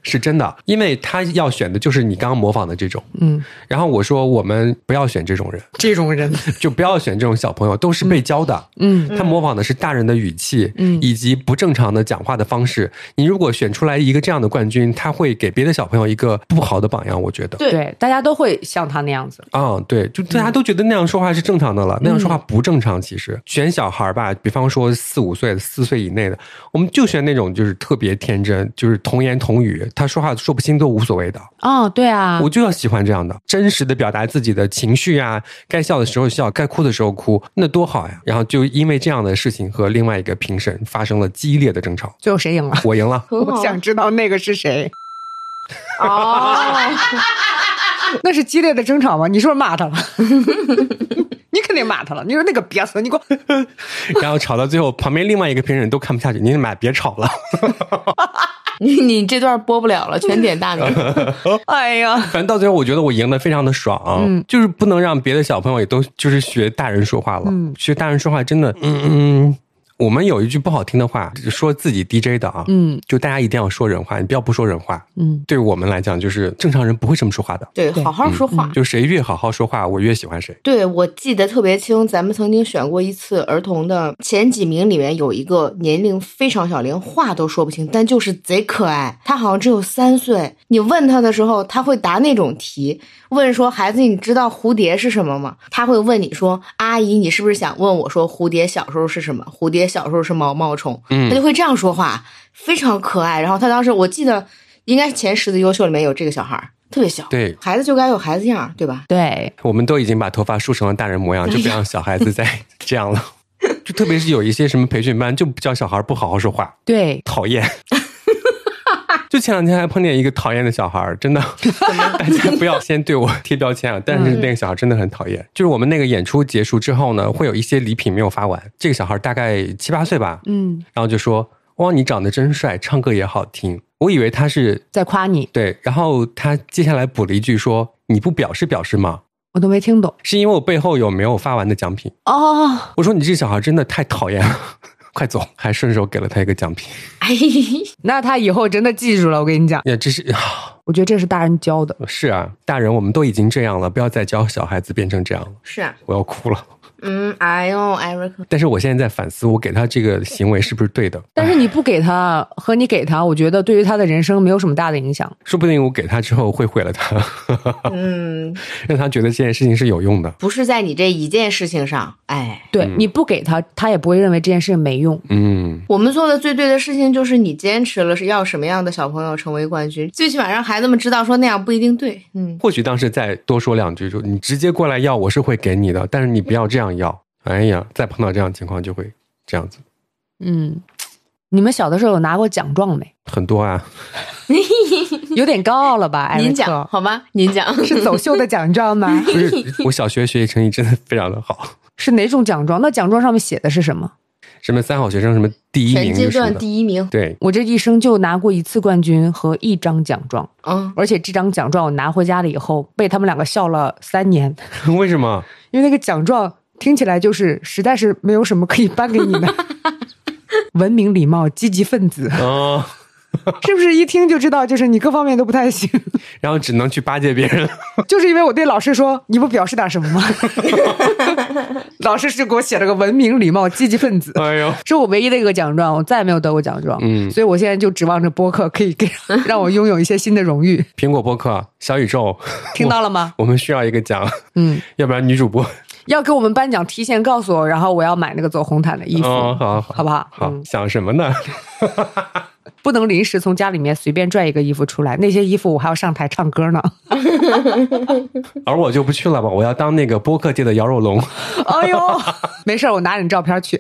是真的，因为他要选的就是你刚刚模仿的这种。嗯，然后我说我们不要选这种人， <laughs> 这种人，就不要选这种小朋友，都是被教的。嗯，他模仿的是大人的语气，嗯以及不正常的讲话的方式。你如果选出来一个这样的冠军，他会给别的小朋友一个不好的榜样，我觉得。对对，大家都会像他那样子。啊、对，就大家都觉得那样说话是正常的了，那样说话不正常。其实选小孩儿吧，比方说四五岁的、四岁以内的，我们就选那种就是特别天真，就是童言童语，他说话说不清都无所谓的。哦，对啊，我就要喜欢这样的，真实的表达自己的情绪啊，该笑的时候笑，该哭的时候哭，那多好呀！然后就因为这样的事情和另外一个评审发生了激烈的争吵，最后谁赢了？我赢了。 <laughs> 很好我想知道那个是谁。哦，那是激烈的争吵吗？你是不是骂他了？ <laughs> 你肯定骂他了。你说那个瘪死，你给我然后吵到最后，旁边另外一个评审都看不下去，你妈别吵了。你你这段播不了了，全点大名。 <laughs> 哎呀，反正到最后，我觉得我赢得非常的爽，啊嗯就是不能让别的小朋友也都就是学大人说话了，嗯学大人说话真的，嗯嗯。我们有一句不好听的话，说自己 DJ 的啊，嗯就大家一定要说人话，你不要不说人话。嗯，对我们来讲，就是正常人不会这么说话的，对，好好说话。就谁越好好说话，我越喜欢谁。对，我记得特别清，咱们曾经选过一次儿童的前几名，里面有一个年龄非常小，连话都说不清，但就是贼可爱。他好像只有三岁，你问他的时候，他会答那种题，问说孩子，你知道蝴蝶是什么吗？他会问你说，阿姨，你是不是想问我说蝴蝶小时候是什么？蝴蝶小时候是毛毛虫，嗯他就会这样说话，非常可爱。然后他当时我记得应该是前十的优秀里面有这个小孩儿，特别小，对孩子就该有孩子样儿，对吧？对，我们都已经把头发梳成了大人模样，就不让小孩子再 <laughs> 这样了。就特别是有一些什么培训班，就教小孩不好好说话，对，讨厌。 <laughs> 就前两天还碰见一个讨厌的小孩儿，真的，大家不要先对我贴标签啊！但是那个小孩真的很讨厌。就是我们那个演出结束之后呢，会有一些礼品没有发完。这个小孩大概七八岁吧，嗯，然后就说：“哇，你长得真帅，唱歌也好听。”我以为他是在夸你，对，然后他接下来补了一句说：“你不表示表示吗我都没听懂。？”是因为我背后有没有发完的奖品。哦，我说：“你这小孩真的太讨厌了， <laughs> 快走！”还顺手给了他一个奖品。哎。 <laughs> 那他以后真的记住了。我跟你讲，呀，这是。啊我觉得这是大人教的。是啊，大人我们都已经这样了，不要再教小孩子变成这样了。是啊，我要哭了。 <laughs> 嗯，哎呦，艾瑞克，但是我现在在反思，我给他这个行为是不是对的？但是你不给他和你给他，我觉得对于他的人生没有什么大的影响。说不定我给他之后会毁了他， <laughs> 哦嗯，让他觉得这件事情是有用的。不是在你这一件事情上，哎，对、你不给他，他也不会认为这件事情没用。嗯，我们做的最对的事情就是你坚持了是要什么样的小朋友成为冠军，最起码让孩子们知道说那样不一定对，嗯，或许当时再多说两句，就你直接过来要，我是会给你的，但是你不要这样要。哎呀，再碰到这样的情况就会这样子，嗯，你们小的时候有拿过奖状没？很多啊。有点高傲了吧？艾瑞您克讲好吗？您讲， <laughs> 是走秀的奖状吗？ <laughs> 不 <laughs> 是，我小学学习成绩真的非常的好，是哪种奖状？那奖状上面写的是什么？什么三好学生，什么第一全名阶就什么段的。第一名，对， <laughs> 我这一生就拿过一次冠军和一张奖状，嗯，而且这张奖状我拿回家了以后，被他们两个笑了三年，为什么？因为那个奖状听起来就是实在是没有什么可以颁给你的。 <laughs> 文明、礼貌、积极分子，啊、是不是一听就知道就是你各方面都不太行？ <laughs> 然后只能去巴结别人。就是因为我对老师说你不表示点什么吗？ <laughs> 老师是给我写了个文明礼貌积极分子， <laughs> 哎呦，是我唯一的一个奖状，我再也没有得过奖状。嗯所以我现在就指望着播客可以给 <laughs> 让我拥有一些新的荣 <laughs> 誉，苹果播客、小宇宙， <laughs> 听到了吗？我们需要一个奖，嗯， <laughs> 要不然女主播，要给我们颁奖，提前告诉我，然后我要买那个走红毯的衣服，哦好好好不好？好、嗯，想什么呢？ <laughs> 不能临时从家里面随便拽一个衣服出来，那些衣服我还要上台唱歌呢。而我就不去了吧，我要当那个播客界的姚若龙， <laughs> 哎呦， <laughs> 没事儿，我拿你照片去。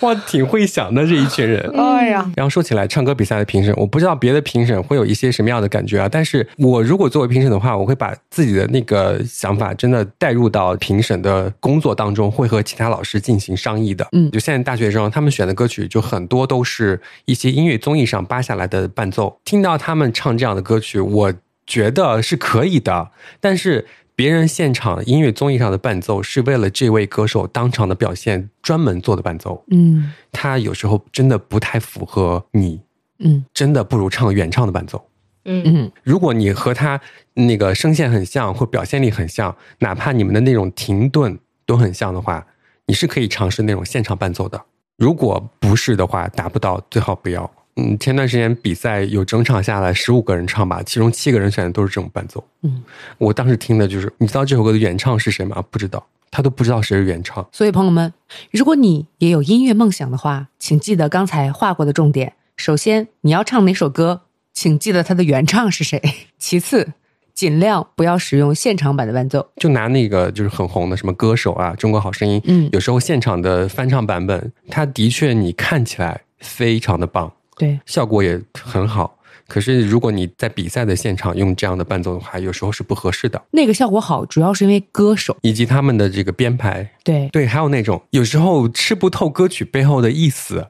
哇，挺会想的这一群人。哎呀，然后说起来，唱歌比赛的评审，我不知道别的评审会有一些什么样的感觉啊。但是我如果作为评审的话，我会把自己的那个想法真的带入到评审的工作当中，会和其他老师进行商议的。嗯就现在大学生他们选的歌曲，就很多都是一些音乐综艺上扒下来的伴奏。听到他们唱这样的歌曲，我觉得是可以的，但是。别人现场音乐综艺上的伴奏是为了这位歌手当场的表现专门做的伴奏，嗯它有时候真的不太符合你，嗯真的不如唱原唱的伴奏。嗯，嗯如果你和他那个声线很像，或表现力很像，哪怕你们的那种停顿都很像的话，你是可以尝试那种现场伴奏的。如果不是的话，达不到最好不要。嗯，前段时间比赛有整场下来十五个人唱吧，其中七个人选的都是这种伴奏。嗯，我当时听的就是，你知道这首歌的原唱是谁吗？不知道，他都不知道谁是原唱。所以朋友们，如果你也有音乐梦想的话，请记得刚才划过的重点。首先，你要唱哪首歌，请记得它的原唱是谁。 <laughs> 其次，尽量不要使用现场版的伴奏。就拿那个就是很红的什么歌手啊，《中国好声音》，嗯有时候现场的翻唱版本，它的确你看起来非常的棒，对，效果也很好。可是如果你在比赛的现场用这样的伴奏的话，有时候是不合适的，那个效果好，主要是因为歌手。以及他们的这个编排。对对，还有那种有时候吃不透歌曲背后的意思。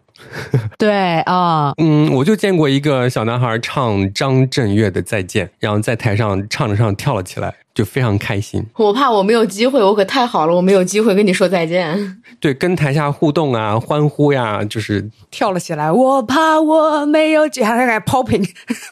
对啊、嗯，我就见过一个小男孩唱张震岳的《再见》，然后在台上唱着唱着跳了起来，就非常开心。我怕我没有机会，我可太好了，我没有机会跟你说再见。对，跟台下互动啊、欢呼呀，就是跳了起来。我怕我没有哎姐，还在那 popping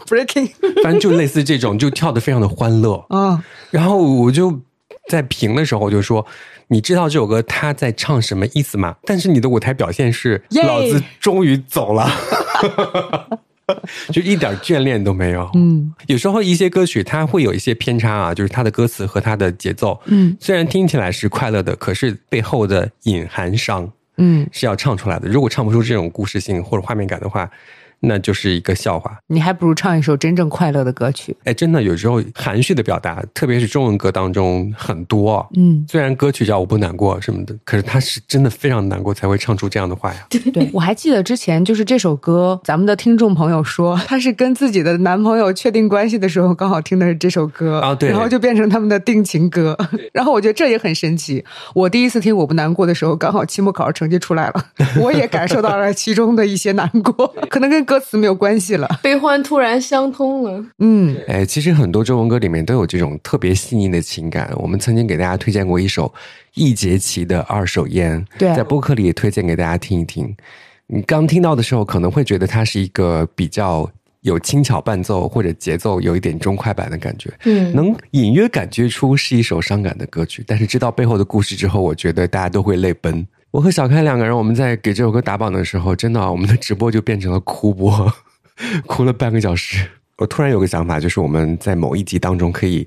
breaking <laughs> 反正就类似这种，就跳得非常的欢乐。啊、然后我就在评的时候我就说：“你知道这首歌他在唱什么意思吗？”但是你的舞台表现是耶老子终于走了。 <laughs> 就一点眷恋都没有。嗯有时候一些歌曲它会有一些偏差啊，就是它的歌词和它的节奏，嗯虽然听起来是快乐的，可是背后的隐含伤嗯，是要唱出来的。如果唱不出这种故事性或者画面感的话，那就是一个笑话。你还不如唱一首真正快乐的歌曲。哎，真的有时候含蓄的表达，特别是中文歌当中很多。啊嗯，虽然歌曲叫“我不难过”什么的，可是他是真的非常难过才会唱出这样的话呀。对，哎我还记得之前就是这首歌，咱们的听众朋友说，她是跟自己的男朋友确定关系的时候，刚好听的是这首歌啊对然后就变成他们的定情歌。 <laughs> 然后我觉得这也很神奇。我第一次听《我不难过》的时候，刚好期末考试成绩出来了，我也感受到了其中的一些难过，可能跟歌词没有关系了。悲欢突然相通了，嗯哎，其实很多中文歌里面都有这种特别细腻的情感。我们曾经给大家推荐过一首易桀齐的《二手烟》，对在播客里也推荐给大家听一听。你刚听到的时候，可能会觉得它是一个比较有轻巧伴奏或者节奏有一点中快板的感觉，嗯能隐约感觉出是一首伤感的歌曲，但是知道背后的故事之后，我觉得大家都会泪奔。我和小开两个人，我们在给这首歌打榜的时候，真的啊、我们的直播就变成了哭播， <laughs> 哭了半个小时。我突然有个想法，就是我们在某一集当中可以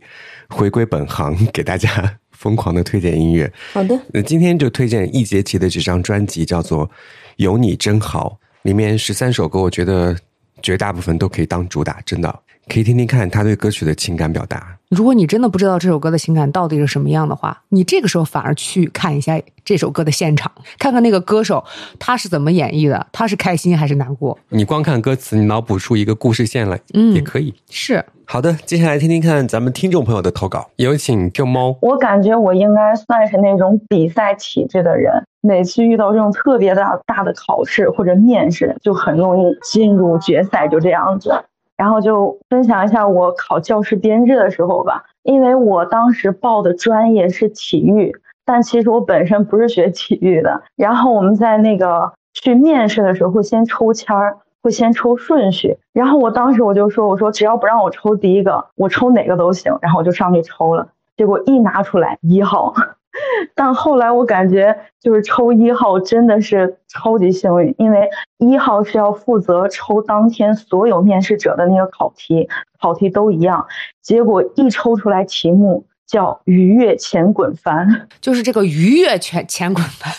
回归本行，给大家疯狂的推荐音乐。好 <laughs> 的，那今天就推荐易桀齐的这张专辑，叫做《有你真好》，里面十三首歌，我觉得绝大部分都可以当主打，真的可以听听看他对歌曲的情感表达。如果你真的不知道这首歌的情感到底是什么样的话，你这个时候反而去看一下这首歌的现场，看看那个歌手他是怎么演绎的，他是开心还是难过。你光看歌词，你脑补出一个故事线来，嗯也可以。是，好的，接下来听听看咱们听众朋友的投稿，有请 Q 猫。我感觉我应该算是那种比赛体质的人，每次遇到这种特别大大的考试或者面试，就很容易进入决赛，就这样子。然后就分享一下我考教师编制的时候吧，因为我当时报的专业是体育，但其实我本身不是学体育的。然后我们在那个去面试的时候，会先抽签儿，会先抽顺序。然后我当时我就说，我说只要不让我抽第一个，我抽哪个都行。然后我就上去抽了，结果一拿出来一号， <laughs> 但后来我感觉就是抽一号真的是超级幸运，因为一号是要负责抽当天所有面试者的那个考题，考题都一样。结果一抽出来题目叫“鱼跃前滚翻就是这个鱼跃前前滚翻，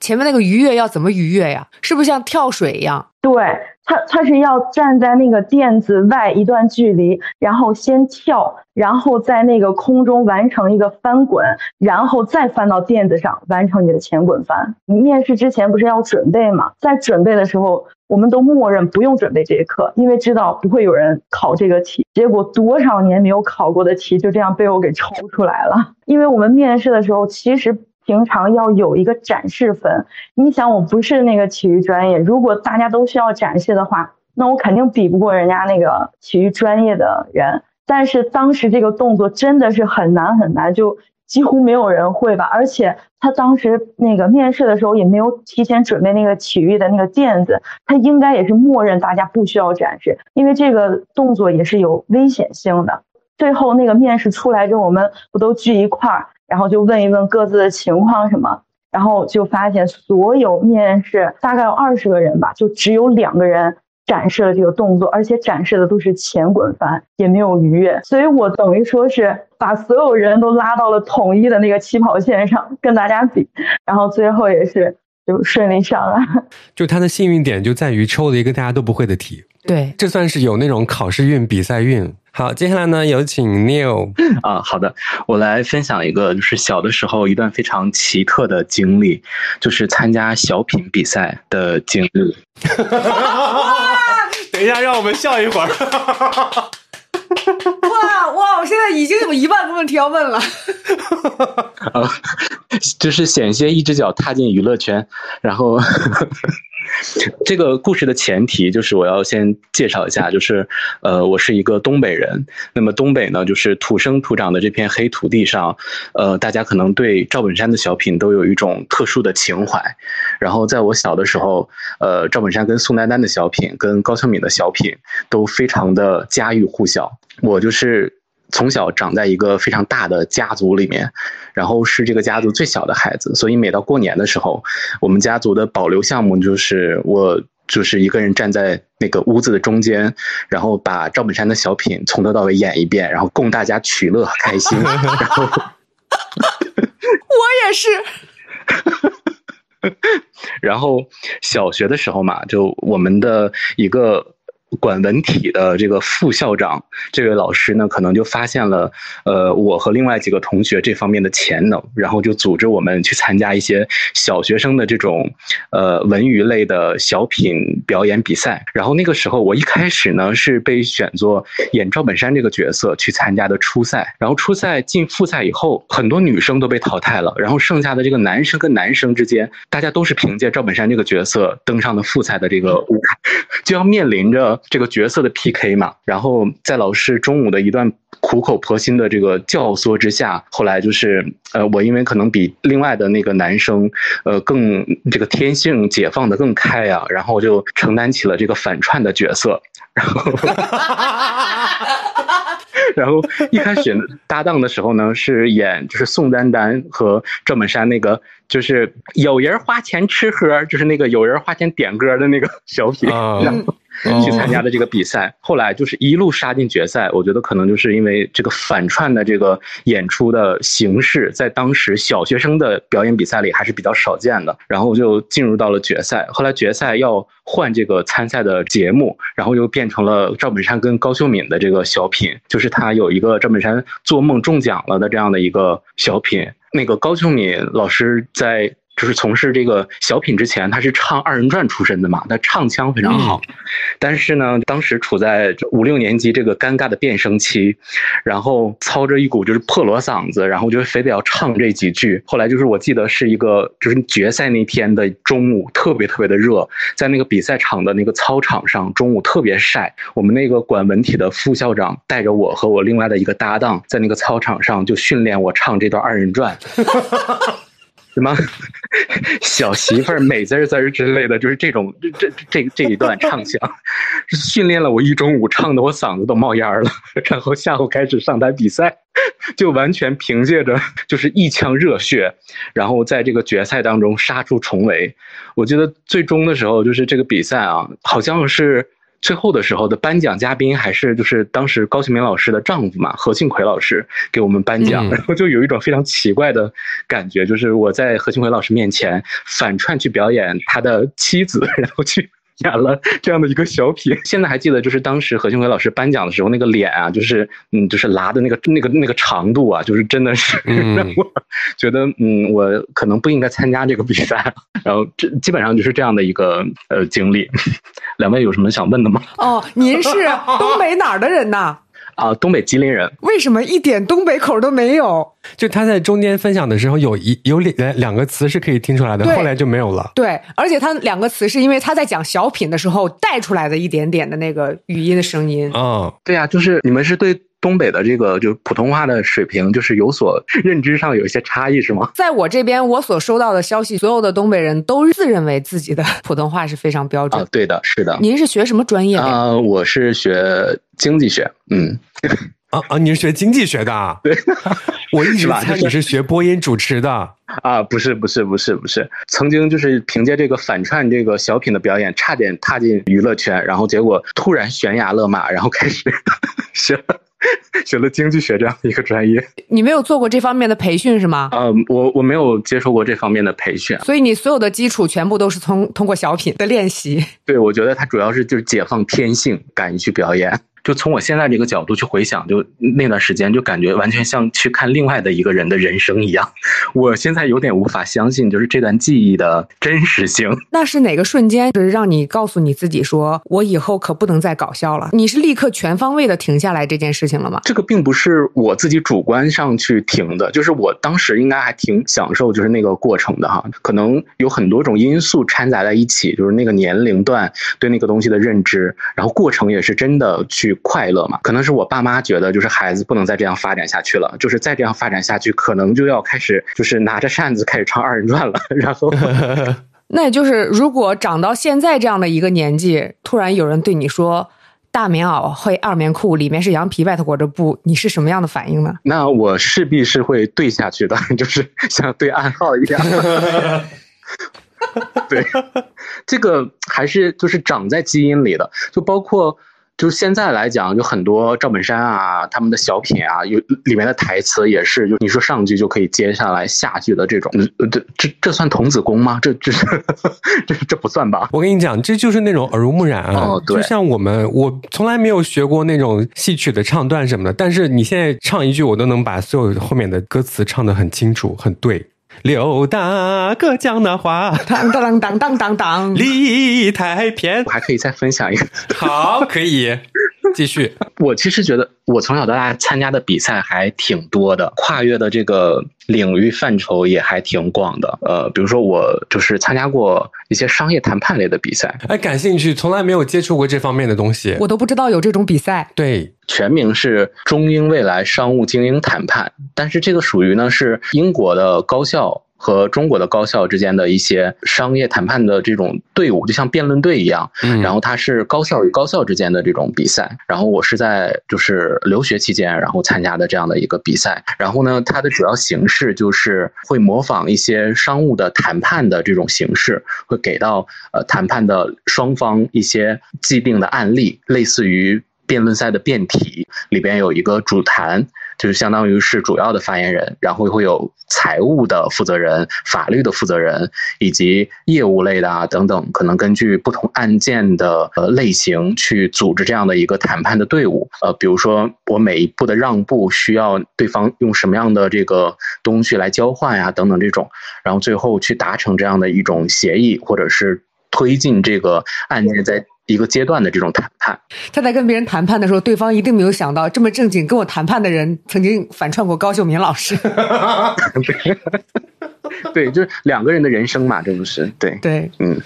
前面那个鱼跃要怎么鱼跃呀？是不是像跳水一样？”，对他他是要站在那个垫子外一段距离，然后先跳，然后在那个空中完成一个翻滚，然后再翻到垫子上完成你的前滚翻。你面试之前不是要准备吗？在准备的时候，我们都默认不用准备这一课，因为知道不会有人考这个题。结果多少年没有考过的题就这样被我给抽出来了。因为我们面试的时候，其实平常要有一个展示分，你想，我不是那个体育专业，如果大家都需要展示的话，那我肯定比不过人家那个体育专业的人。但是当时这个动作真的是很难很难，就几乎没有人会吧。而且他当时那个面试的时候也没有提前准备那个体育的那个垫子，他应该也是默认大家不需要展示，因为这个动作也是有危险性的。最后那个面试出来之后，我们不都聚一块儿，然后就问一问各自的情况什么。然后就发现所有面试大概有二十个人吧，就只有两个人展示了这个动作，而且展示的都是前滚翻，也没有愉悦。所以我等于说是把所有人都拉到了统一的那个起跑线上跟大家比，然后最后也是就顺利上岸。就他的幸运点就在于抽了一个大家都不会的题，对，这算是有那种考试运、比赛运。好，接下来呢，有请 Neil。 <laughs> 啊，好的，我来分享一个，就是小的时候一段非常奇特的经历，就是参加小品比赛的经历。等一下，让我们笑一会儿。哇哇！我现在已经有一万个问题要问了。啊，就是险些一只脚踏进娱乐圈。然后，这个故事的前提就是我要先介绍一下，就是呃，我是一个东北人。那么东北呢，就是土生土长的这片黑土地上，呃，大家可能对赵本山的小品都有一种特殊的情怀。然后在我小的时候，呃，赵本山跟宋丹丹的小品，跟高秀敏的小品都非常的家喻户晓。我就是从小长在一个非常大的家族里面，然后是这个家族最小的孩子，所以每到过年的时候，我们家族的保留项目就是我就是一个人站在那个屋子的中间，然后把赵本山的小品从头到尾演一遍，然后供大家取乐开心。然后我也是， <laughs> 然后小学的时候嘛，就我们的一个管文体的这个副校长这位老师呢，可能就发现了呃我和另外几个同学这方面的潜能，然后就组织我们去参加一些小学生的这种呃文娱类的小品表演比赛。然后那个时候我一开始呢是被选作演赵本山这个角色去参加的初赛，然后初赛进复赛以后，很多女生都被淘汰了，然后剩下的这个男生跟男生之间，大家都是凭借赵本山这个角色登上的复赛的这个舞台， <laughs> 就要面临着这个角色的 PK 嘛。然后在老师中午的一段苦口婆心的这个教唆之下，后来就是呃，我因为可能比另外的那个男生呃更这个天性解放的更开啊，然后就承担起了这个反串的角色，然后。然后一开始搭档的时候呢，是演就是宋丹丹和赵本山那个，就是有人花钱吃喝，就是那个有人花钱点歌的那个小品， <laughs> 啊然后去参加的这个比赛。后来就是一路杀进决赛，我觉得可能就是因为这个反串的这个演出的形式，在当时小学生的表演比赛里还是比较少见的。然后就进入到了决赛，后来决赛要换这个参赛的节目，然后又变成了赵本山跟高秀敏的这个小品，就是他有一个赵本山做梦中奖了的这样的一个小品。那个高秀敏老师在就是从事这个小品之前，他是唱二人转出身的嘛，他唱腔非常好。但是呢，当时处在五六年级这个尴尬的变声期，然后操着一股就是破锣嗓子，然后就非得要唱这几句。后来就是我记得是一个就是决赛那天的中午，特别特别的热，在那个比赛场的那个操场上，中午特别晒。我们那个管文体的副校长带着我和我另外的一个搭档，在那个操场上就训练我唱这段二人转。什么小媳妇儿美滋儿滋儿之类的，就是这种这这这这一段唱腔， <laughs> 训练了我一中午，唱的我嗓子都冒烟儿了。然后下午开始上台比赛，就完全凭借着就是一腔热血，然后在这个决赛当中杀出重围。我记得最终的时候，就是这个比赛啊，好像是。最后的时候的颁奖嘉宾还是就是当时高秀敏老师的丈夫嘛，何庆魁老师给我们颁奖，嗯 <laughs> 然后就有一种非常奇怪的感觉，就是我在何庆魁老师面前反串去表演他的妻子， <laughs> 然后去。演了这样的一个小品，现在还记得，就是当时何庆魁老师颁奖的时候，那个脸啊，就是嗯，就是拉的那个那个那个长度啊，就是真的是嗯让我 <laughs> 觉得嗯，我可能不应该参加这个比赛 <laughs> 了。然后这基本上就是这样的一个呃经历。 <laughs> 两位有什么想问的吗？哦，您是东北哪儿的人呐？啊，东北吉林人，为什么一点东北口都没有？就他在中间分享的时候，有一有两两个词是可以听出来的，对后来就没有了。对，而且他两个词是因为他在讲小品的时候带出来的一点点的那个语音的声音。啊嗯，对呀、就是你们是对东北的这个就普通话的水平，就是有所认知上有一些差异是吗？在我这边，我所收到的消息，所有的东北人都自认为自己的普通话是非常标准啊，。对的，是的。您是学什么专业的呀？啊、我是学经济学，嗯，啊啊！你是学经济学的啊？对， <laughs> 我一直是吧猜就是你是学播音主持的。啊，不是，不是，不是，不是，曾经就是凭借这个反串这个小品的表演，差点踏进娱乐圈，然后结果突然悬崖勒马，然后开始 <laughs> 学了学了经济学这样的一个专业。你没有做过这方面的培训是吗？啊，我我没有接受过这方面的培训，啊所以你所有的基础全部都是通通过小品的练习。对，我觉得他主要是就是解放天性，敢于去表演。就从我现在这个角度去回想，就那段时间，就感觉完全像去看另外的一个人的人生一样。我现在有点无法相信，就是这段记忆的真实性。那是哪个瞬间，就是让你告诉你自己说，我以后可不能再搞笑了？你是立刻全方位的停下来这件事情了吗？这个并不是我自己主观上去停的，就是我当时应该还挺享受就是那个过程的哈，可能有很多种因素掺杂在一起，就是那个年龄段对那个东西的认知，然后过程也是真的去快乐嘛。可能是我爸妈觉得就是孩子不能再这样发展下去了，就是再这样发展下去，可能就要开始就是拿着扇子开始唱二人转了， <laughs> 然后那也就是，如果长到现在这样的一个年纪，突然有人对你说“大棉袄配二棉裤，里面是羊皮，外头裹着布”，你是什么样的反应呢？ <laughs> 那我势必是会对下去的， <laughs> 就是像对暗号一样。对，这个还是就是长在基因里的，就包括就是现在来讲，就很多赵本山啊他们的小品啊，有里面的台词也是，就你说上句就可以接下来下句的这种，呃这这这算童子功吗？这这 <laughs> 这这不算吧？我跟你讲，这就是那种耳濡目染啊。哦对就像我们，我从来没有学过那种戏曲的唱段什么的，但是你现在唱一句，我都能把所有后面的歌词唱得很清楚，很对。刘大哥讲那话，当当当当当当，李太偏我。还可以再分享一个，好，可以继续。我其实觉得，我从小到大参加的比赛还挺多的，跨越的这个领域范畴也还挺广的。呃，比如说我就是参加过一些商业谈判类的比赛，哎，感兴趣，从来没有接触过这方面的东西。我都不知道有这种比赛。对，全名是中英未来商务精英谈判，但是这个属于呢是英国的高校。和中国的高校之间的一些商业谈判的这种队伍，就像辩论队一样，嗯，然后它是高校与高校之间的这种比赛，然后我是在就是留学期间，然后参加的这样的一个比赛。然后呢，它的主要形式就是会模仿一些商务的谈判的这种形式，会给到呃谈判的双方一些既定的案例，类似于辩论赛的辩题，里边有一个主谈，就是相当于是主要的发言人，然后会有财务的负责人、法律的负责人以及业务类的啊等等，可能根据不同案件的呃类型去组织这样的一个谈判的队伍。呃，比如说我每一步的让步需要对方用什么样的这个东西来交换呀、等等这种，然后最后去达成这样的一种协议，或者是推进这个案件在一个阶段的这种谈判。他在跟别人谈判的时候，对方一定没有想到这么正经跟我谈判的人曾经反串过高秀敏老师。 <laughs> 对，就是两个人的人生嘛，这不是对， <laughs> 对，嗯，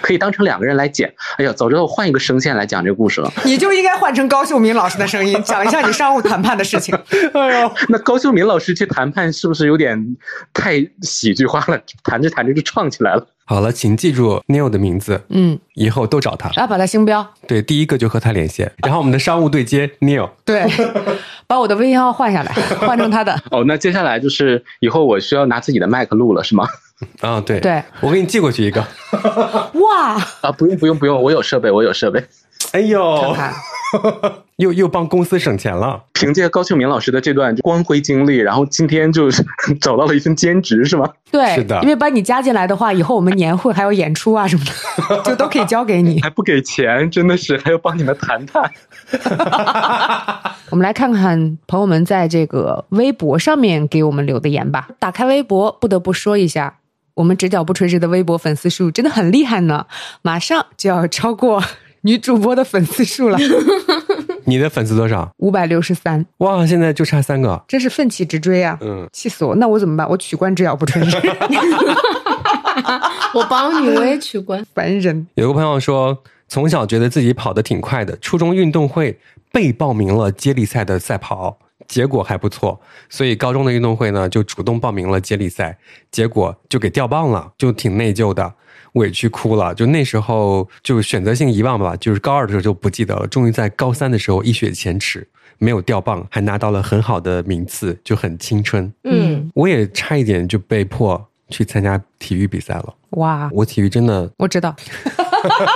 可以当成两个人来讲。哎呀，早知道换一个声线来讲这故事了。 <laughs> 你就应该换成高秀敏老师的声音，讲一下你商务谈判的事情。哎呦，那高秀敏老师去谈判是不是有点太喜剧化了？谈着谈着就唱起来了。好了，请记住 Neil 的名字，嗯，以后都找他。然后把它星标，对，第一个就和他连线，然后我们的商务对接 Neil。对，把我的微信号换下来，换成他的。哦，那接下来就是以后我需要拿自己的麦克录了，是吗？啊、对，对，我给你寄过去一个。哇，啊，不用不用不用，我有设备，我有设备。哎看呦，看，又又帮公司省钱了。凭借高秀敏老师的这段光辉经历，然后今天就是 <laughs> 找到了一份兼职，是吗？对，是的因为把你加进来的话，以后我们年会还有演出啊什么的，就都可以交给你。还不给钱，真的是还要帮你们谈判。我们来看看朋友们在这个微博上面给我们留的言吧。打开微博，不得不说一下，我们直角不垂直的微博粉丝数真的很厉害呢，马上就要超过女主播的粉丝数了，你的粉丝多少？五百六十三，哇，现在就差三个。真是奋起直追啊！嗯，气死我！那我怎么办？我取关直角不垂 <laughs> 直，我帮你，我也取关。烦人。有个朋友说，从小觉得自己跑得挺快的，初中运动会被报名了接力赛的赛跑，结果还不错，所以高中的运动会呢就主动报名了接力赛，结果就给掉棒了，就挺内疚的。委屈哭了，就那时候就选择性遗忘吧，就是高二的时候就不记得了，终于在高三的时候一雪前耻，没有掉棒，还拿到了很好的名次，就很青春。嗯，我也差一点就被迫去参加体育比赛了，哇，我体育真的我知道， <laughs>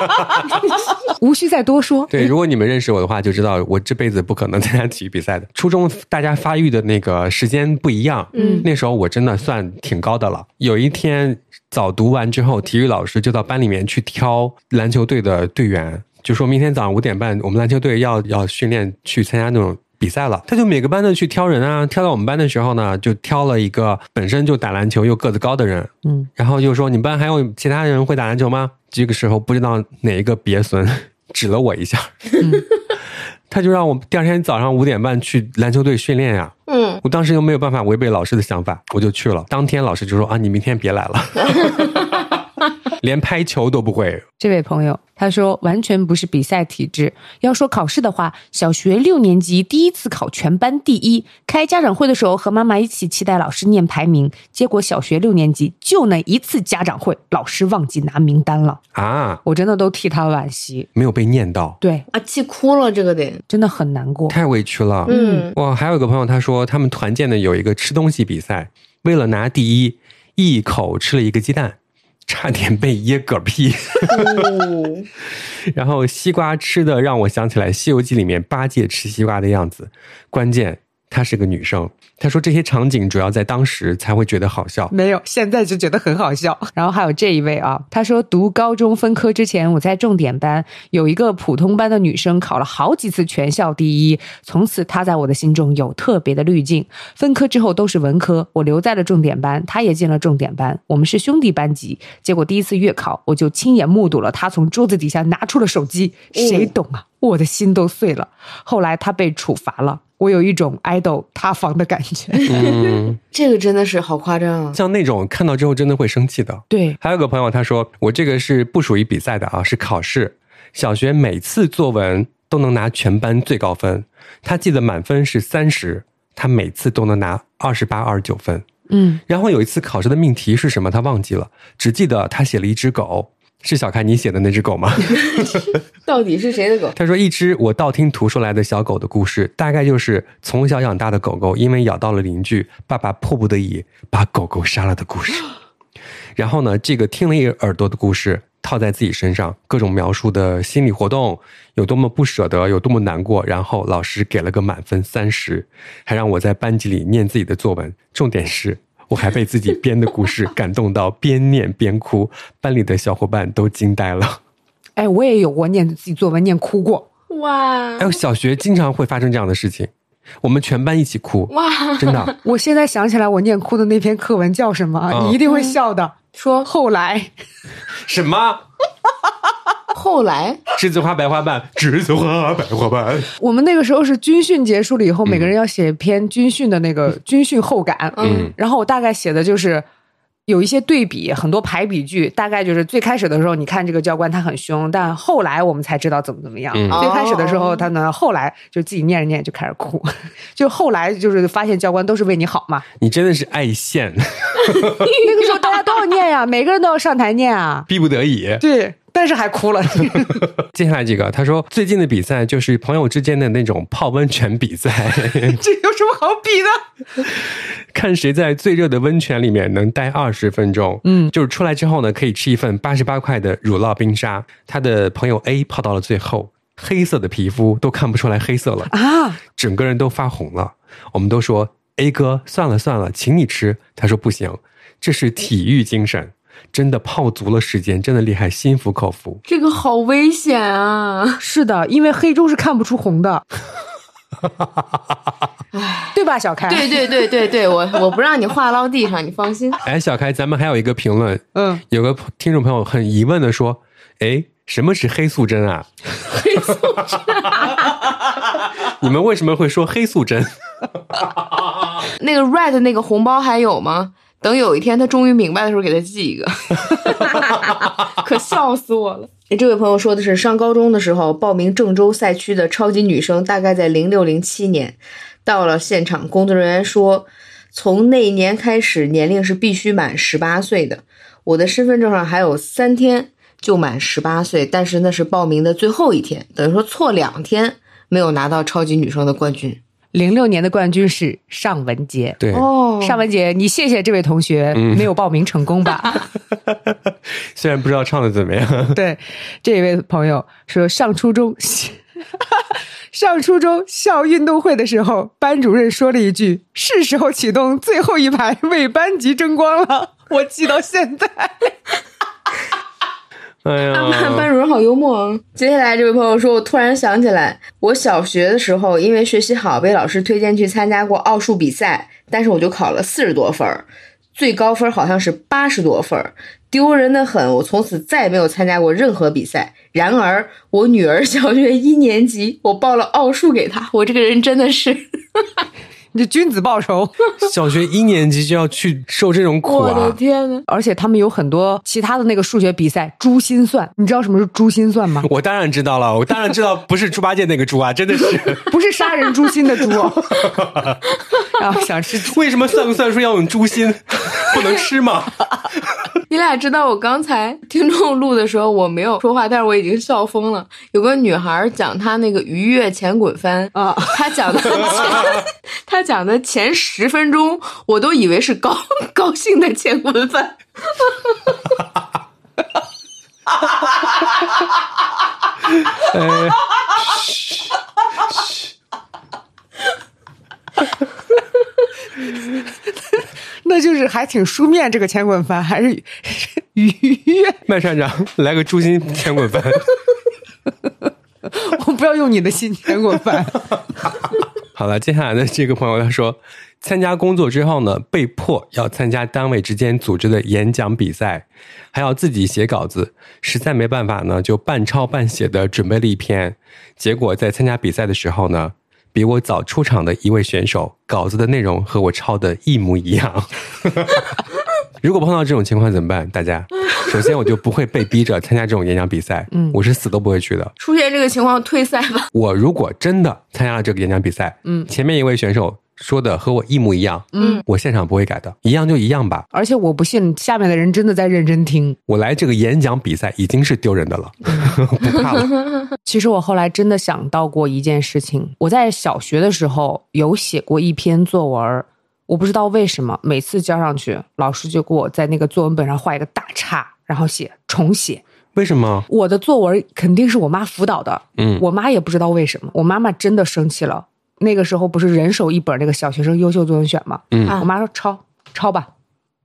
无需再多说。对，如果你们认识我的话，就知道我这辈子不可能参加体育比赛的。初中大家发育的那个时间不一样，嗯那时候我真的算挺高的了。有一天早读完之后，体育老师就到班里面去挑篮球队的队员，就说明天早上五点半，我们篮球队要要训练去参加那种。比赛了，他就每个班的去挑人啊，挑到我们班的时候呢，就挑了一个本身就打篮球又个子高的人，嗯，然后就说你们班还有其他人会打篮球吗？这个时候不知道哪一个别孙指了我一下， <laughs> 他就让我第二天早上五点半去篮球队训练呀、嗯，我当时又没有办法违背老师的想法，我就去了。当天老师就说啊，你明天别来了， <laughs> 连拍球都不会。这位朋友他说，完全不是比赛体制。要说考试的话，小学六年级第一次考全班第一，开家长会的时候和妈妈一起期待老师念排名，结果小学六年级就那一次家长会，老师忘记拿名单了，啊，我真的都替他惋惜。没有被念到，对，啊，气哭了，这个得，真的很难过。太委屈了。嗯哇，还有一个朋友他说，他们团建的有一个吃东西比赛，为了拿第一，一口吃了一个鸡蛋，差点被噎嗝屁。 <laughs> 嗯然后西瓜吃的让我想起来《西游记》里面八戒吃西瓜的样子，关键她是个女生。她说这些场景主要在当时才会觉得好笑。 <laughs> 没有，现在就觉得很好笑。 <laughs> 然后还有这一位啊，他说读高中分科之前，我在重点班有一个普通班的女生考了好几次全校第一，从此她在我的心中有特别的滤镜。分科之后都是文科，我留在了重点班，她也进了重点班，我们是兄弟班级。结果第一次月考，我就亲眼目睹了她从桌子底下拿出了手机，谁懂啊？我的心都碎了。后来她被处罚了，我有一种爱豆塌房的感觉。嗯，这个真的是好夸张啊！像那种看到之后真的会生气的。 <laughs> 对，还有个朋友他说，我这个是不属于比赛的啊，是考试。小学每次作文都能拿全班最高分，他记得满分是三十，他每次都能拿二十八、二十九分。嗯，然后有一次考试的命题是什么，他忘记了，只记得他写了一只狗。是小开你写的那只狗吗？到底是谁的狗？他说，一只我道听途说来的小狗的故事，大概就是从小养大的狗狗因为咬到了邻居，爸爸迫不得已把狗狗杀了的故事。 <gasps> 然后呢，这个听了一耳朵的故事套在自己身上，各种描述的心理活动，有多么不舍得，有多么难过。然后老师给了个满分三十，还让我在班级里念自己的作文。重点是。我还被自己编的故事感动到，边念边哭，班里的小伙伴都惊呆了。哎，我也有过念自己作文念哭过，哇还有哎小学经常会发生这样的事情，我们全班一起哭，哇，真 <laughs> 的我现在想起来，我念哭的那篇课文叫什么？嗯你一定会笑的。说后来，什么后来栀子花白花瓣，栀子花白花瓣，我们那个时候是军训结束了以后，每个人要写一篇军训的那个军训后感。嗯然后我大概写的就是有一些对比，很多排比句，大概就是最开始的时候，你看这个教官他很凶，但后来我们才知道怎么怎么样。嗯最开始的时候他呢，后来就自己念着念着就开始哭， <laughs> 就后来就是发现教官都是为你好嘛。你真的是爱现，那个时候大家都要念呀、每个人都要上台念啊，逼不得已。对，但是还哭 <laughs> 了。接下来这个，他说最近的比赛就是朋友之间的那种泡温泉比赛， <laughs> 这有什么好比的？看谁在最热的温泉里面能待二十分钟。嗯就是出来之后呢，可以吃一份八十八块的乳酪冰沙。他的朋友 A 泡到了最后，黑色的皮肤都看不出来黑色了，啊，整个人都发红了。我们都说 A 哥，算了算了，请你吃。他说不行，这是体育精神，真的泡足了时间，真的厉害，心服口服。这个好危险啊！是的，因为黑中是看不出红 <laughs> 的，对吧，小开？对对对对对，我我不让你话唠地上，你放心。哎，小开，咱们还有一个评论，嗯，有个听众朋友很疑问的说：“哎，什么是黑素贞啊？黑素啊贞， <laughs> 你们为什么会说黑素贞？那个 red 那个红包还有吗？等有一天他终于明白的时候，给他寄一个， <laughs> 可笑死我了。哎这位朋友说的是，上高中的时候报名郑州赛区的超级女声，大概在零六零七年，到了现场，工作人员说，从那一年开始，年龄是必须满十八岁的。我的身份证上还有三天就满十八岁，但是那是报名的最后一天，等于说错两天没有拿到超级女声的冠军。零六年的冠军是尚雯婕。对，哦尚雯婕，你谢谢这位同学没有报名成功 <laughs> 吧？虽然不知道唱的怎么样，对，这位朋友说，上初中， <laughs> 上初中校运动会的时候，班主任说了一句：“是时候启动最后一排为班级争光了。”我记到现在。哎班呀，班主任好幽默啊！接下来这位朋友说，我突然想起来，我小学的时候因为学习好，被老师推荐去参加过奥数比赛，但是我就考了四十多分儿，最高分好像是八十多分儿，丢人的很。我从此再也没有参加过任何比赛。然而，我女儿小学一年级，我报了奥数给她。我这个人真的是，你这君子报仇。小学一年级就要去受这种苦我的啊！？天呐！而且他们有很多其他的那个数学比赛，珠心算，你知道什么是珠心算吗 <laughs> 我当然知道了，我当然知道不是猪八戒那个猪啊，真的 <laughs> 是不是杀人诛心的诛哦，然后想吃为什么算不算数要用猪心， <laughs> 不能吃吗？你俩知道我刚才听众录的时候我没有说话，但是我已经笑疯了。有个女孩讲她那个鱼跃前滚翻，啊，她讲的前 <laughs> 她讲的前十分钟，我都以为是高 <laughs> 高兴的前滚翻。哎，那就是还挺书面这个前滚翻，还是愉悦。麦站长来个猪心前滚翻，我不要用你的心前滚翻。好了，接下来的 <laughs> 这个朋友他说，参加工作之后呢，被迫要参加单位之间组织的演讲比赛，还要自己写稿子，实在没办法呢，就半抄半写的准备了一篇。结果在参加比赛的时候呢，比我早出场的一位选手，稿子的内容和我抄的一模一样。 <laughs> 如果碰到这种情况怎么办？大家，首先我就不会被逼着参加这种演讲比赛，嗯我是死都不会去的。出现这个情况退赛吧。我如果真的参加了这个演讲比赛，嗯前面一位选手说的和我一模一样，嗯，我现场不会改的，一样就一样吧。而且我不信下面的人真的在认真听。我来这个演讲比赛已经是丢人的了，嗯 <laughs> 不怕 <laughs> 了。其实我后来真的想到过一件事情，我在小学的时候有写过一篇作文儿，我不知道为什么每次交上去，老师就给我在那个作文本上画一个大叉，然后写重写。为什么？我的作文肯定是我妈辅导的，嗯，我妈也不知道为什么，我妈妈真的生气了。那个时候不是人手一本那个小学生优秀作文选吗？嗯我妈说抄抄吧，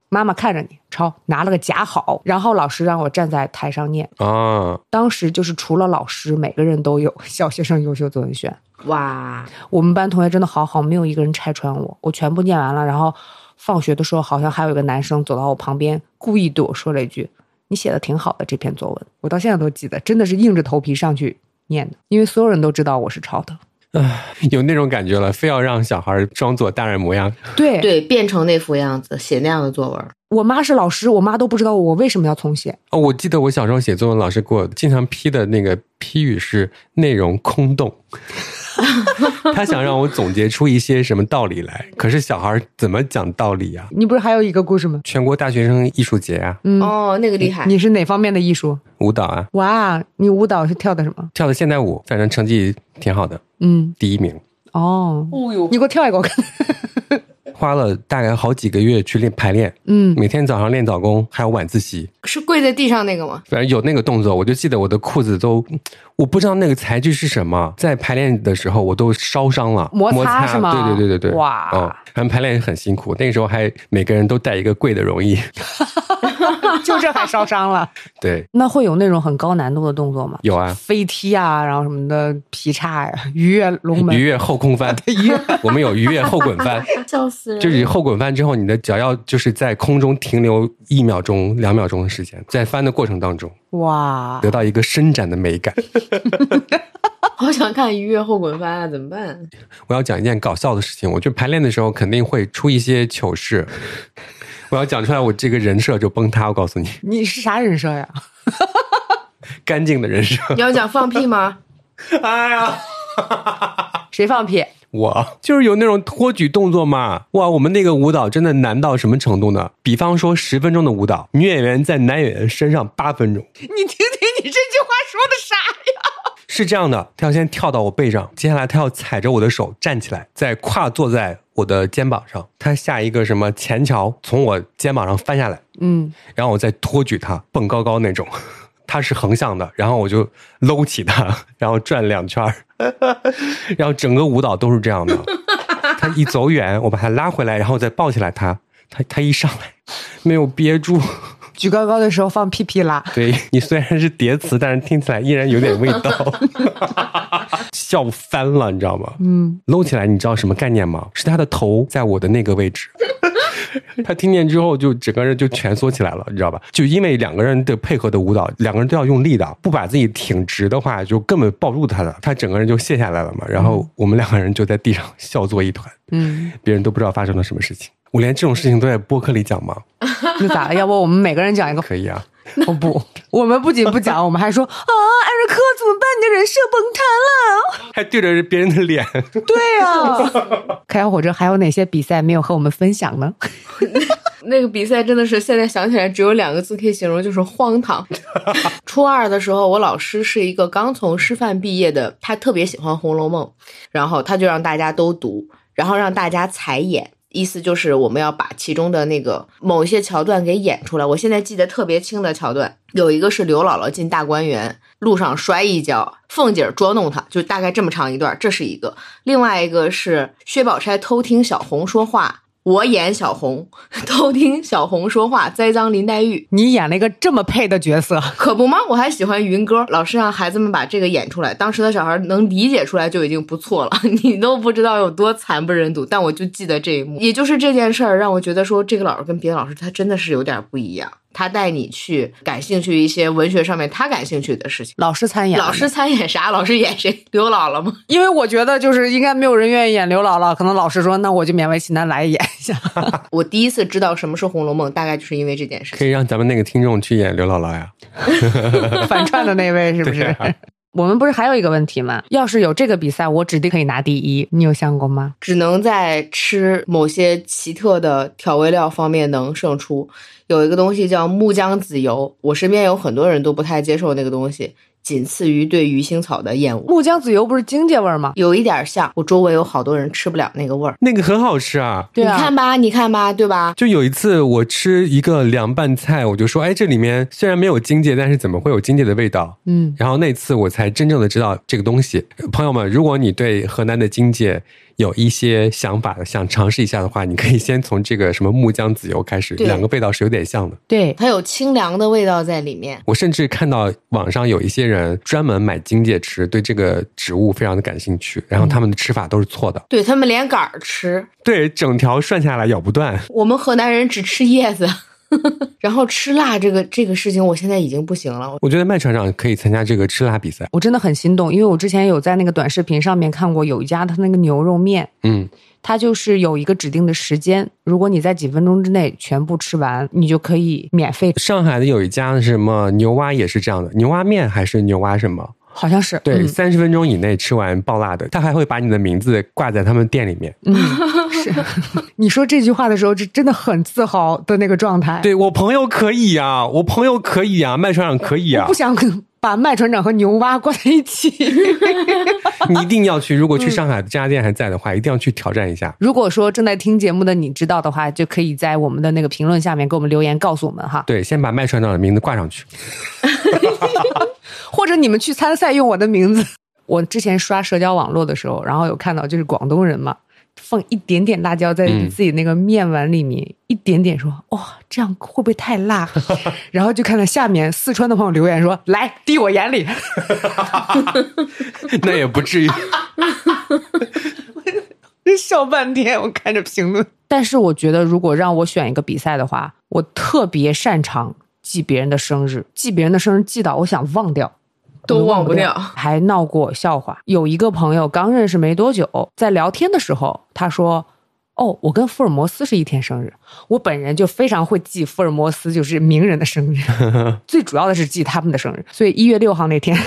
妈妈看着你抄，拿了个假好，然后老师让我站在台上念。啊，当时就是除了老师，每个人都有小学生优秀作文选。哇，我们班同学真的好好，没有一个人拆穿我，我全部念完了。然后放学的时候，好像还有一个男生走到我旁边，故意对我说了一句：“你写的挺好的这篇作文。”我到现在都记得，真的是硬着头皮上去念的，因为所有人都知道我是抄的。唉，有那种感觉了，非要让小孩装作大人模样。对，对，变成那副样子，写那样的作文。我妈是老师，我妈都不知道我为什么要重写。哦，我记得我小时候写作文，老师给我经常批的那个批语是内容空洞。 <laughs> 他想让我总结出一些什么道理来，可是小孩怎么讲道理呀、你不是还有一个故事吗？全国大学生艺术节啊，嗯，哦，那个厉害。你是哪方面的艺术？舞蹈啊，哇，你舞蹈是跳的什么？跳的现代舞，反正成绩挺好的，嗯，第一名。哦，哦呦，你给我跳一个我看。花了大概好几个月去练排练， <laughs> 嗯，每天早上练早功，还有晚自习，是跪在地上那个吗？反正有那个动作，我就记得我的裤子都，我不知道那个材质是什么，在排练的时候我都烧伤了，摩摩擦擦是吗对对对对对，哇嗯，反正排练很辛苦，那个时候还每个人都带一个贵的泳衣， <laughs> 就这还烧伤 <laughs> 了。对，那会有那种很高难度的动作吗？有啊，飞踢啊，然后什么的劈叉呀、鱼跃龙门鱼。跃后空 <laughs> 翻，我们有鱼跃后滚翻，笑死人就是后滚翻之后，你的脚要就是在空中停留一秒钟、两秒钟的时间，在翻的过程当中哇得，到一个伸展的美感。 <laughs> 好想看鱼跃后滚翻啊，怎么办？我要讲一件搞笑的事情，我就排练的时候肯定会出一些糗事，我要讲出来，我这个人设就崩塌。我告诉你，你是啥人设呀？干净的人设。你要讲放屁吗？哎呀，谁放屁？我就是有那种托举动作嘛。哇，我们那个舞蹈真的难到什么程度呢？比方说十分钟的舞蹈，女演员在男演员身上八分钟。你听听你这句话说的啥？是这样的，他要先跳到我背上，接下来他要踩着我的手站起来，再跨坐在我的肩膀上，他下一个什么前桥从我肩膀上翻下来，嗯，然后我再托举他蹦高高那种， <laughs> 他是横向的，然后我就搂起他，然后转两圈儿， <laughs> 然后整个舞蹈都是这样的。他一走远，我把他拉回来，然后再抱起来他，他他一上来没有憋住，举高高的时候放屁屁啦。对你虽然是叠词，但是听起来依然有点味道，笑翻了，你知道吗？嗯，搂起来，你知道什么概念吗？是他的头在我的那个位置。他听见之后，就整个人就蜷缩起来了，你知道吧？就因为两个人的配合的舞蹈，两个人都要用力的，不把自己挺直的话，就根本抱不住他的。他整个人就卸下来了嘛，然后我们两个人就在地上笑作一团，嗯，别人都不知道发生了什么事情。我连这种事情都在播客里讲吗？那咋了？要不我们每个人 <laughs> 讲一个？可以啊，我不，我们不仅不讲，我们还说啊，艾瑞克怎么办？你的人设崩塌了。还对着别人的脸。对啊，开小火车还有哪些比赛没有和我们分享呢？ <laughs> 那个比赛真的是现在想起来只有两个字可以形容，就是荒唐。初二的时候，我老师是一个刚从师范毕业的，他特别喜欢《红楼梦》，然后他就让大家都读，然后让大家采演。意思就是我们要把其中的那个某一些桥段给演出来。我现在记得特别清的桥段，有一个是刘姥姥进大观园，路上摔一跤，凤姐儿捉弄她，就大概这么长一段，这是一个；另外一个是薛宝钗偷听小红说话，我演小红， <laughs> 偷听小红说话，栽赃林黛玉，你演了一个这么配的角色，可不吗？我还喜欢云歌，老师让孩子们把这个演出来，当时的小孩能理解出来就已经不错了， <laughs> 你都不知道有多惨不忍睹。但我就记得这一幕，也就是这件事儿让我觉得说，这个老师跟别的老师他真的是有点不一样，他带你去感兴趣一些文学上面他感兴趣的事情。老师参演了吗，老师参演啥？老师演谁？ <laughs> 刘姥姥吗？因为我觉得就是应该没有人愿意演刘姥姥，可能老师说那我就勉为其难来演一下。我第一次知道什么是《红楼梦》，大概就是因为这件事可。以让咱们那个听众去演刘姥姥呀？ <laughs> 反串的那位是不是？啊 <laughs> 我们不是还有一个问题吗？要是有这个比赛，我指定可以拿第一。你有想过吗？只能在吃某些奇特的调味料方面能胜出。有一个东西叫木姜子油，我身边有很多人都不太接受那个东西，仅次于对鱼腥草的厌恶，木姜子油不是荆芥味儿吗？有一点像。我周围有好多人吃不了那个味儿。那个很好吃啊，对啊你看吧，你看吧，对吧？就有一次我吃一个凉拌菜，我就说，哎，这里面虽然没有荆芥，但是怎么会有荆芥的味道？嗯，然后那次我才真正的知道这个东西。朋友们，如果你对河南的荆芥有一些想法，想尝试一下的话，你可以先从这个什么木姜子油开始，对两个味道是有点像的。对，它有清凉的味道在里面。我甚至看到网上有一些人专门买荆芥吃，对这个植物非常的感兴趣，然后他们的吃法都是错的，对他们连杆儿吃，对，整条涮下来咬不断。我们河南人只吃叶子， <laughs> 然后吃辣这个这个事情，我现在已经不行了。我觉得麦船长可以参加这个吃辣比赛。我真的很心动，因为我之前有在那个短视频上面看过有一家他那个牛肉面，嗯，它就是有一个指定的时间，如果你在几分钟之内全部吃完，你就可以免费，上海的有一家什么牛蛙也是这样的，牛蛙面还是牛蛙什么？好像是对，嗯三十分钟以内吃完爆辣的，他还会把你的名字挂在他们店里面。嗯， <laughs> 是。你说这句话的时候，这真的很自豪的那个状态。，对我朋友可以呀、我朋友可以呀、麦船长可以呀、不想把麦船长和牛蛙挂在一起。 <laughs> 你一定要去。如果去上海的这家店还在的话，一定要去挑战一下。如果说正在听节目的你知道的话，就可以在我们的那个评论下面给我们留言告诉我们哈，对，先把麦船长的名字挂上去。或者你们去参赛用我的名字。 <laughs> 我之前刷社交网络的时候，然后有看到就是广东人嘛，放一点点辣椒在嗯自己那个面碗里面，一点点说，哇、这样会不会太辣？ <laughs> 然后就看到下面四川的朋友留言说，来滴我眼里。 <laughs> 那也不至于。 <laughs> 笑半天，我看着评论。但是我觉得，如果让我选一个比赛的话，我特别擅长记别人的生日，记别人的生日记到我想忘掉。都忘不掉还闹过笑话。有一个朋友刚认识没多久，在聊天的时候，他说：“哦，我跟福尔摩斯是一天生日。”我本人就非常会记福尔摩斯，就是名人的生 <laughs> 日，最主要的是记他们的生日。所以一月六号那天，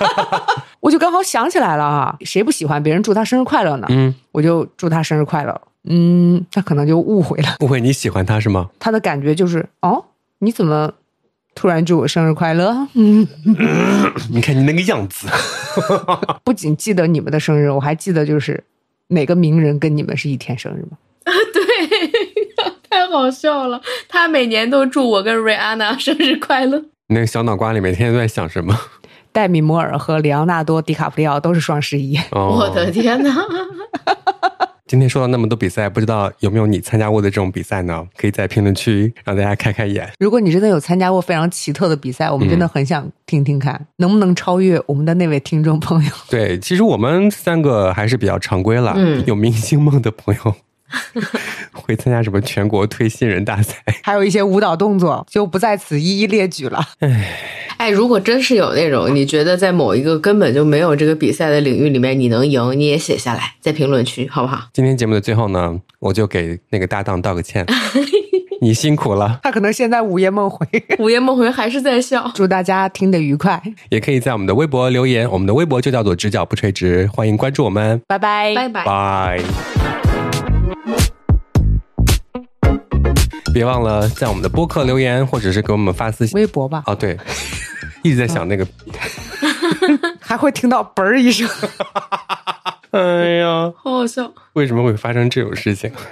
<laughs> 我就刚好想起来了啊，谁不喜欢别人祝他生日快乐呢？ <laughs> 嗯，我就祝他生日快乐。嗯，他可能就误会了，不会，你喜欢他是吗？他的感觉就是，哦，你怎么突然祝我生日快乐？嗯，你看你那个样子，不仅记得你们的生日，我还记得就是哪个名人跟你们是一天生日吗？ <laughs> 对，太好笑了。他每年都祝我跟瑞安娜生日快乐。你那个小脑瓜里每天都在想什么？戴米摩尔和里昂纳多·迪卡普里奥都是双十一，哦、我的天哪！今天说到那么多比赛，不知道有没有你参加过的这种比赛呢？可以在评论区让大家开开眼。如果你真的有参加过非常奇特的比赛，我们真的很想听听看，能不能超越我们的那位听众朋友。 <laughs> 对，其实我们三个还是比较常规了。<laughs> 嗯有明星梦的朋友会参加什么全国推新人大赛？还有一些舞蹈动作就不在此一一列举了。 <laughs> 哎，如果真是有那种你觉得在某一个根本就没有这个比赛的领域里面你能赢，你也写下来，在评论区好不好？今天节目的最后呢，我就给那个搭档道个歉，你辛苦了。他可能现在午夜梦回。 <laughs> <laughs> 午夜梦回还是在笑。祝大家听得愉快，也可以在我们的微博留言，我们的微博就叫做“直角不垂直”，欢迎关注我们，拜拜。拜拜。拜。别忘了在我们的播客留言，或者是给我们发私信。微博吧，哦，对，一直在想那个，还会听到嘣儿一声。哎呀，好好笑。为什么会发生这种事情？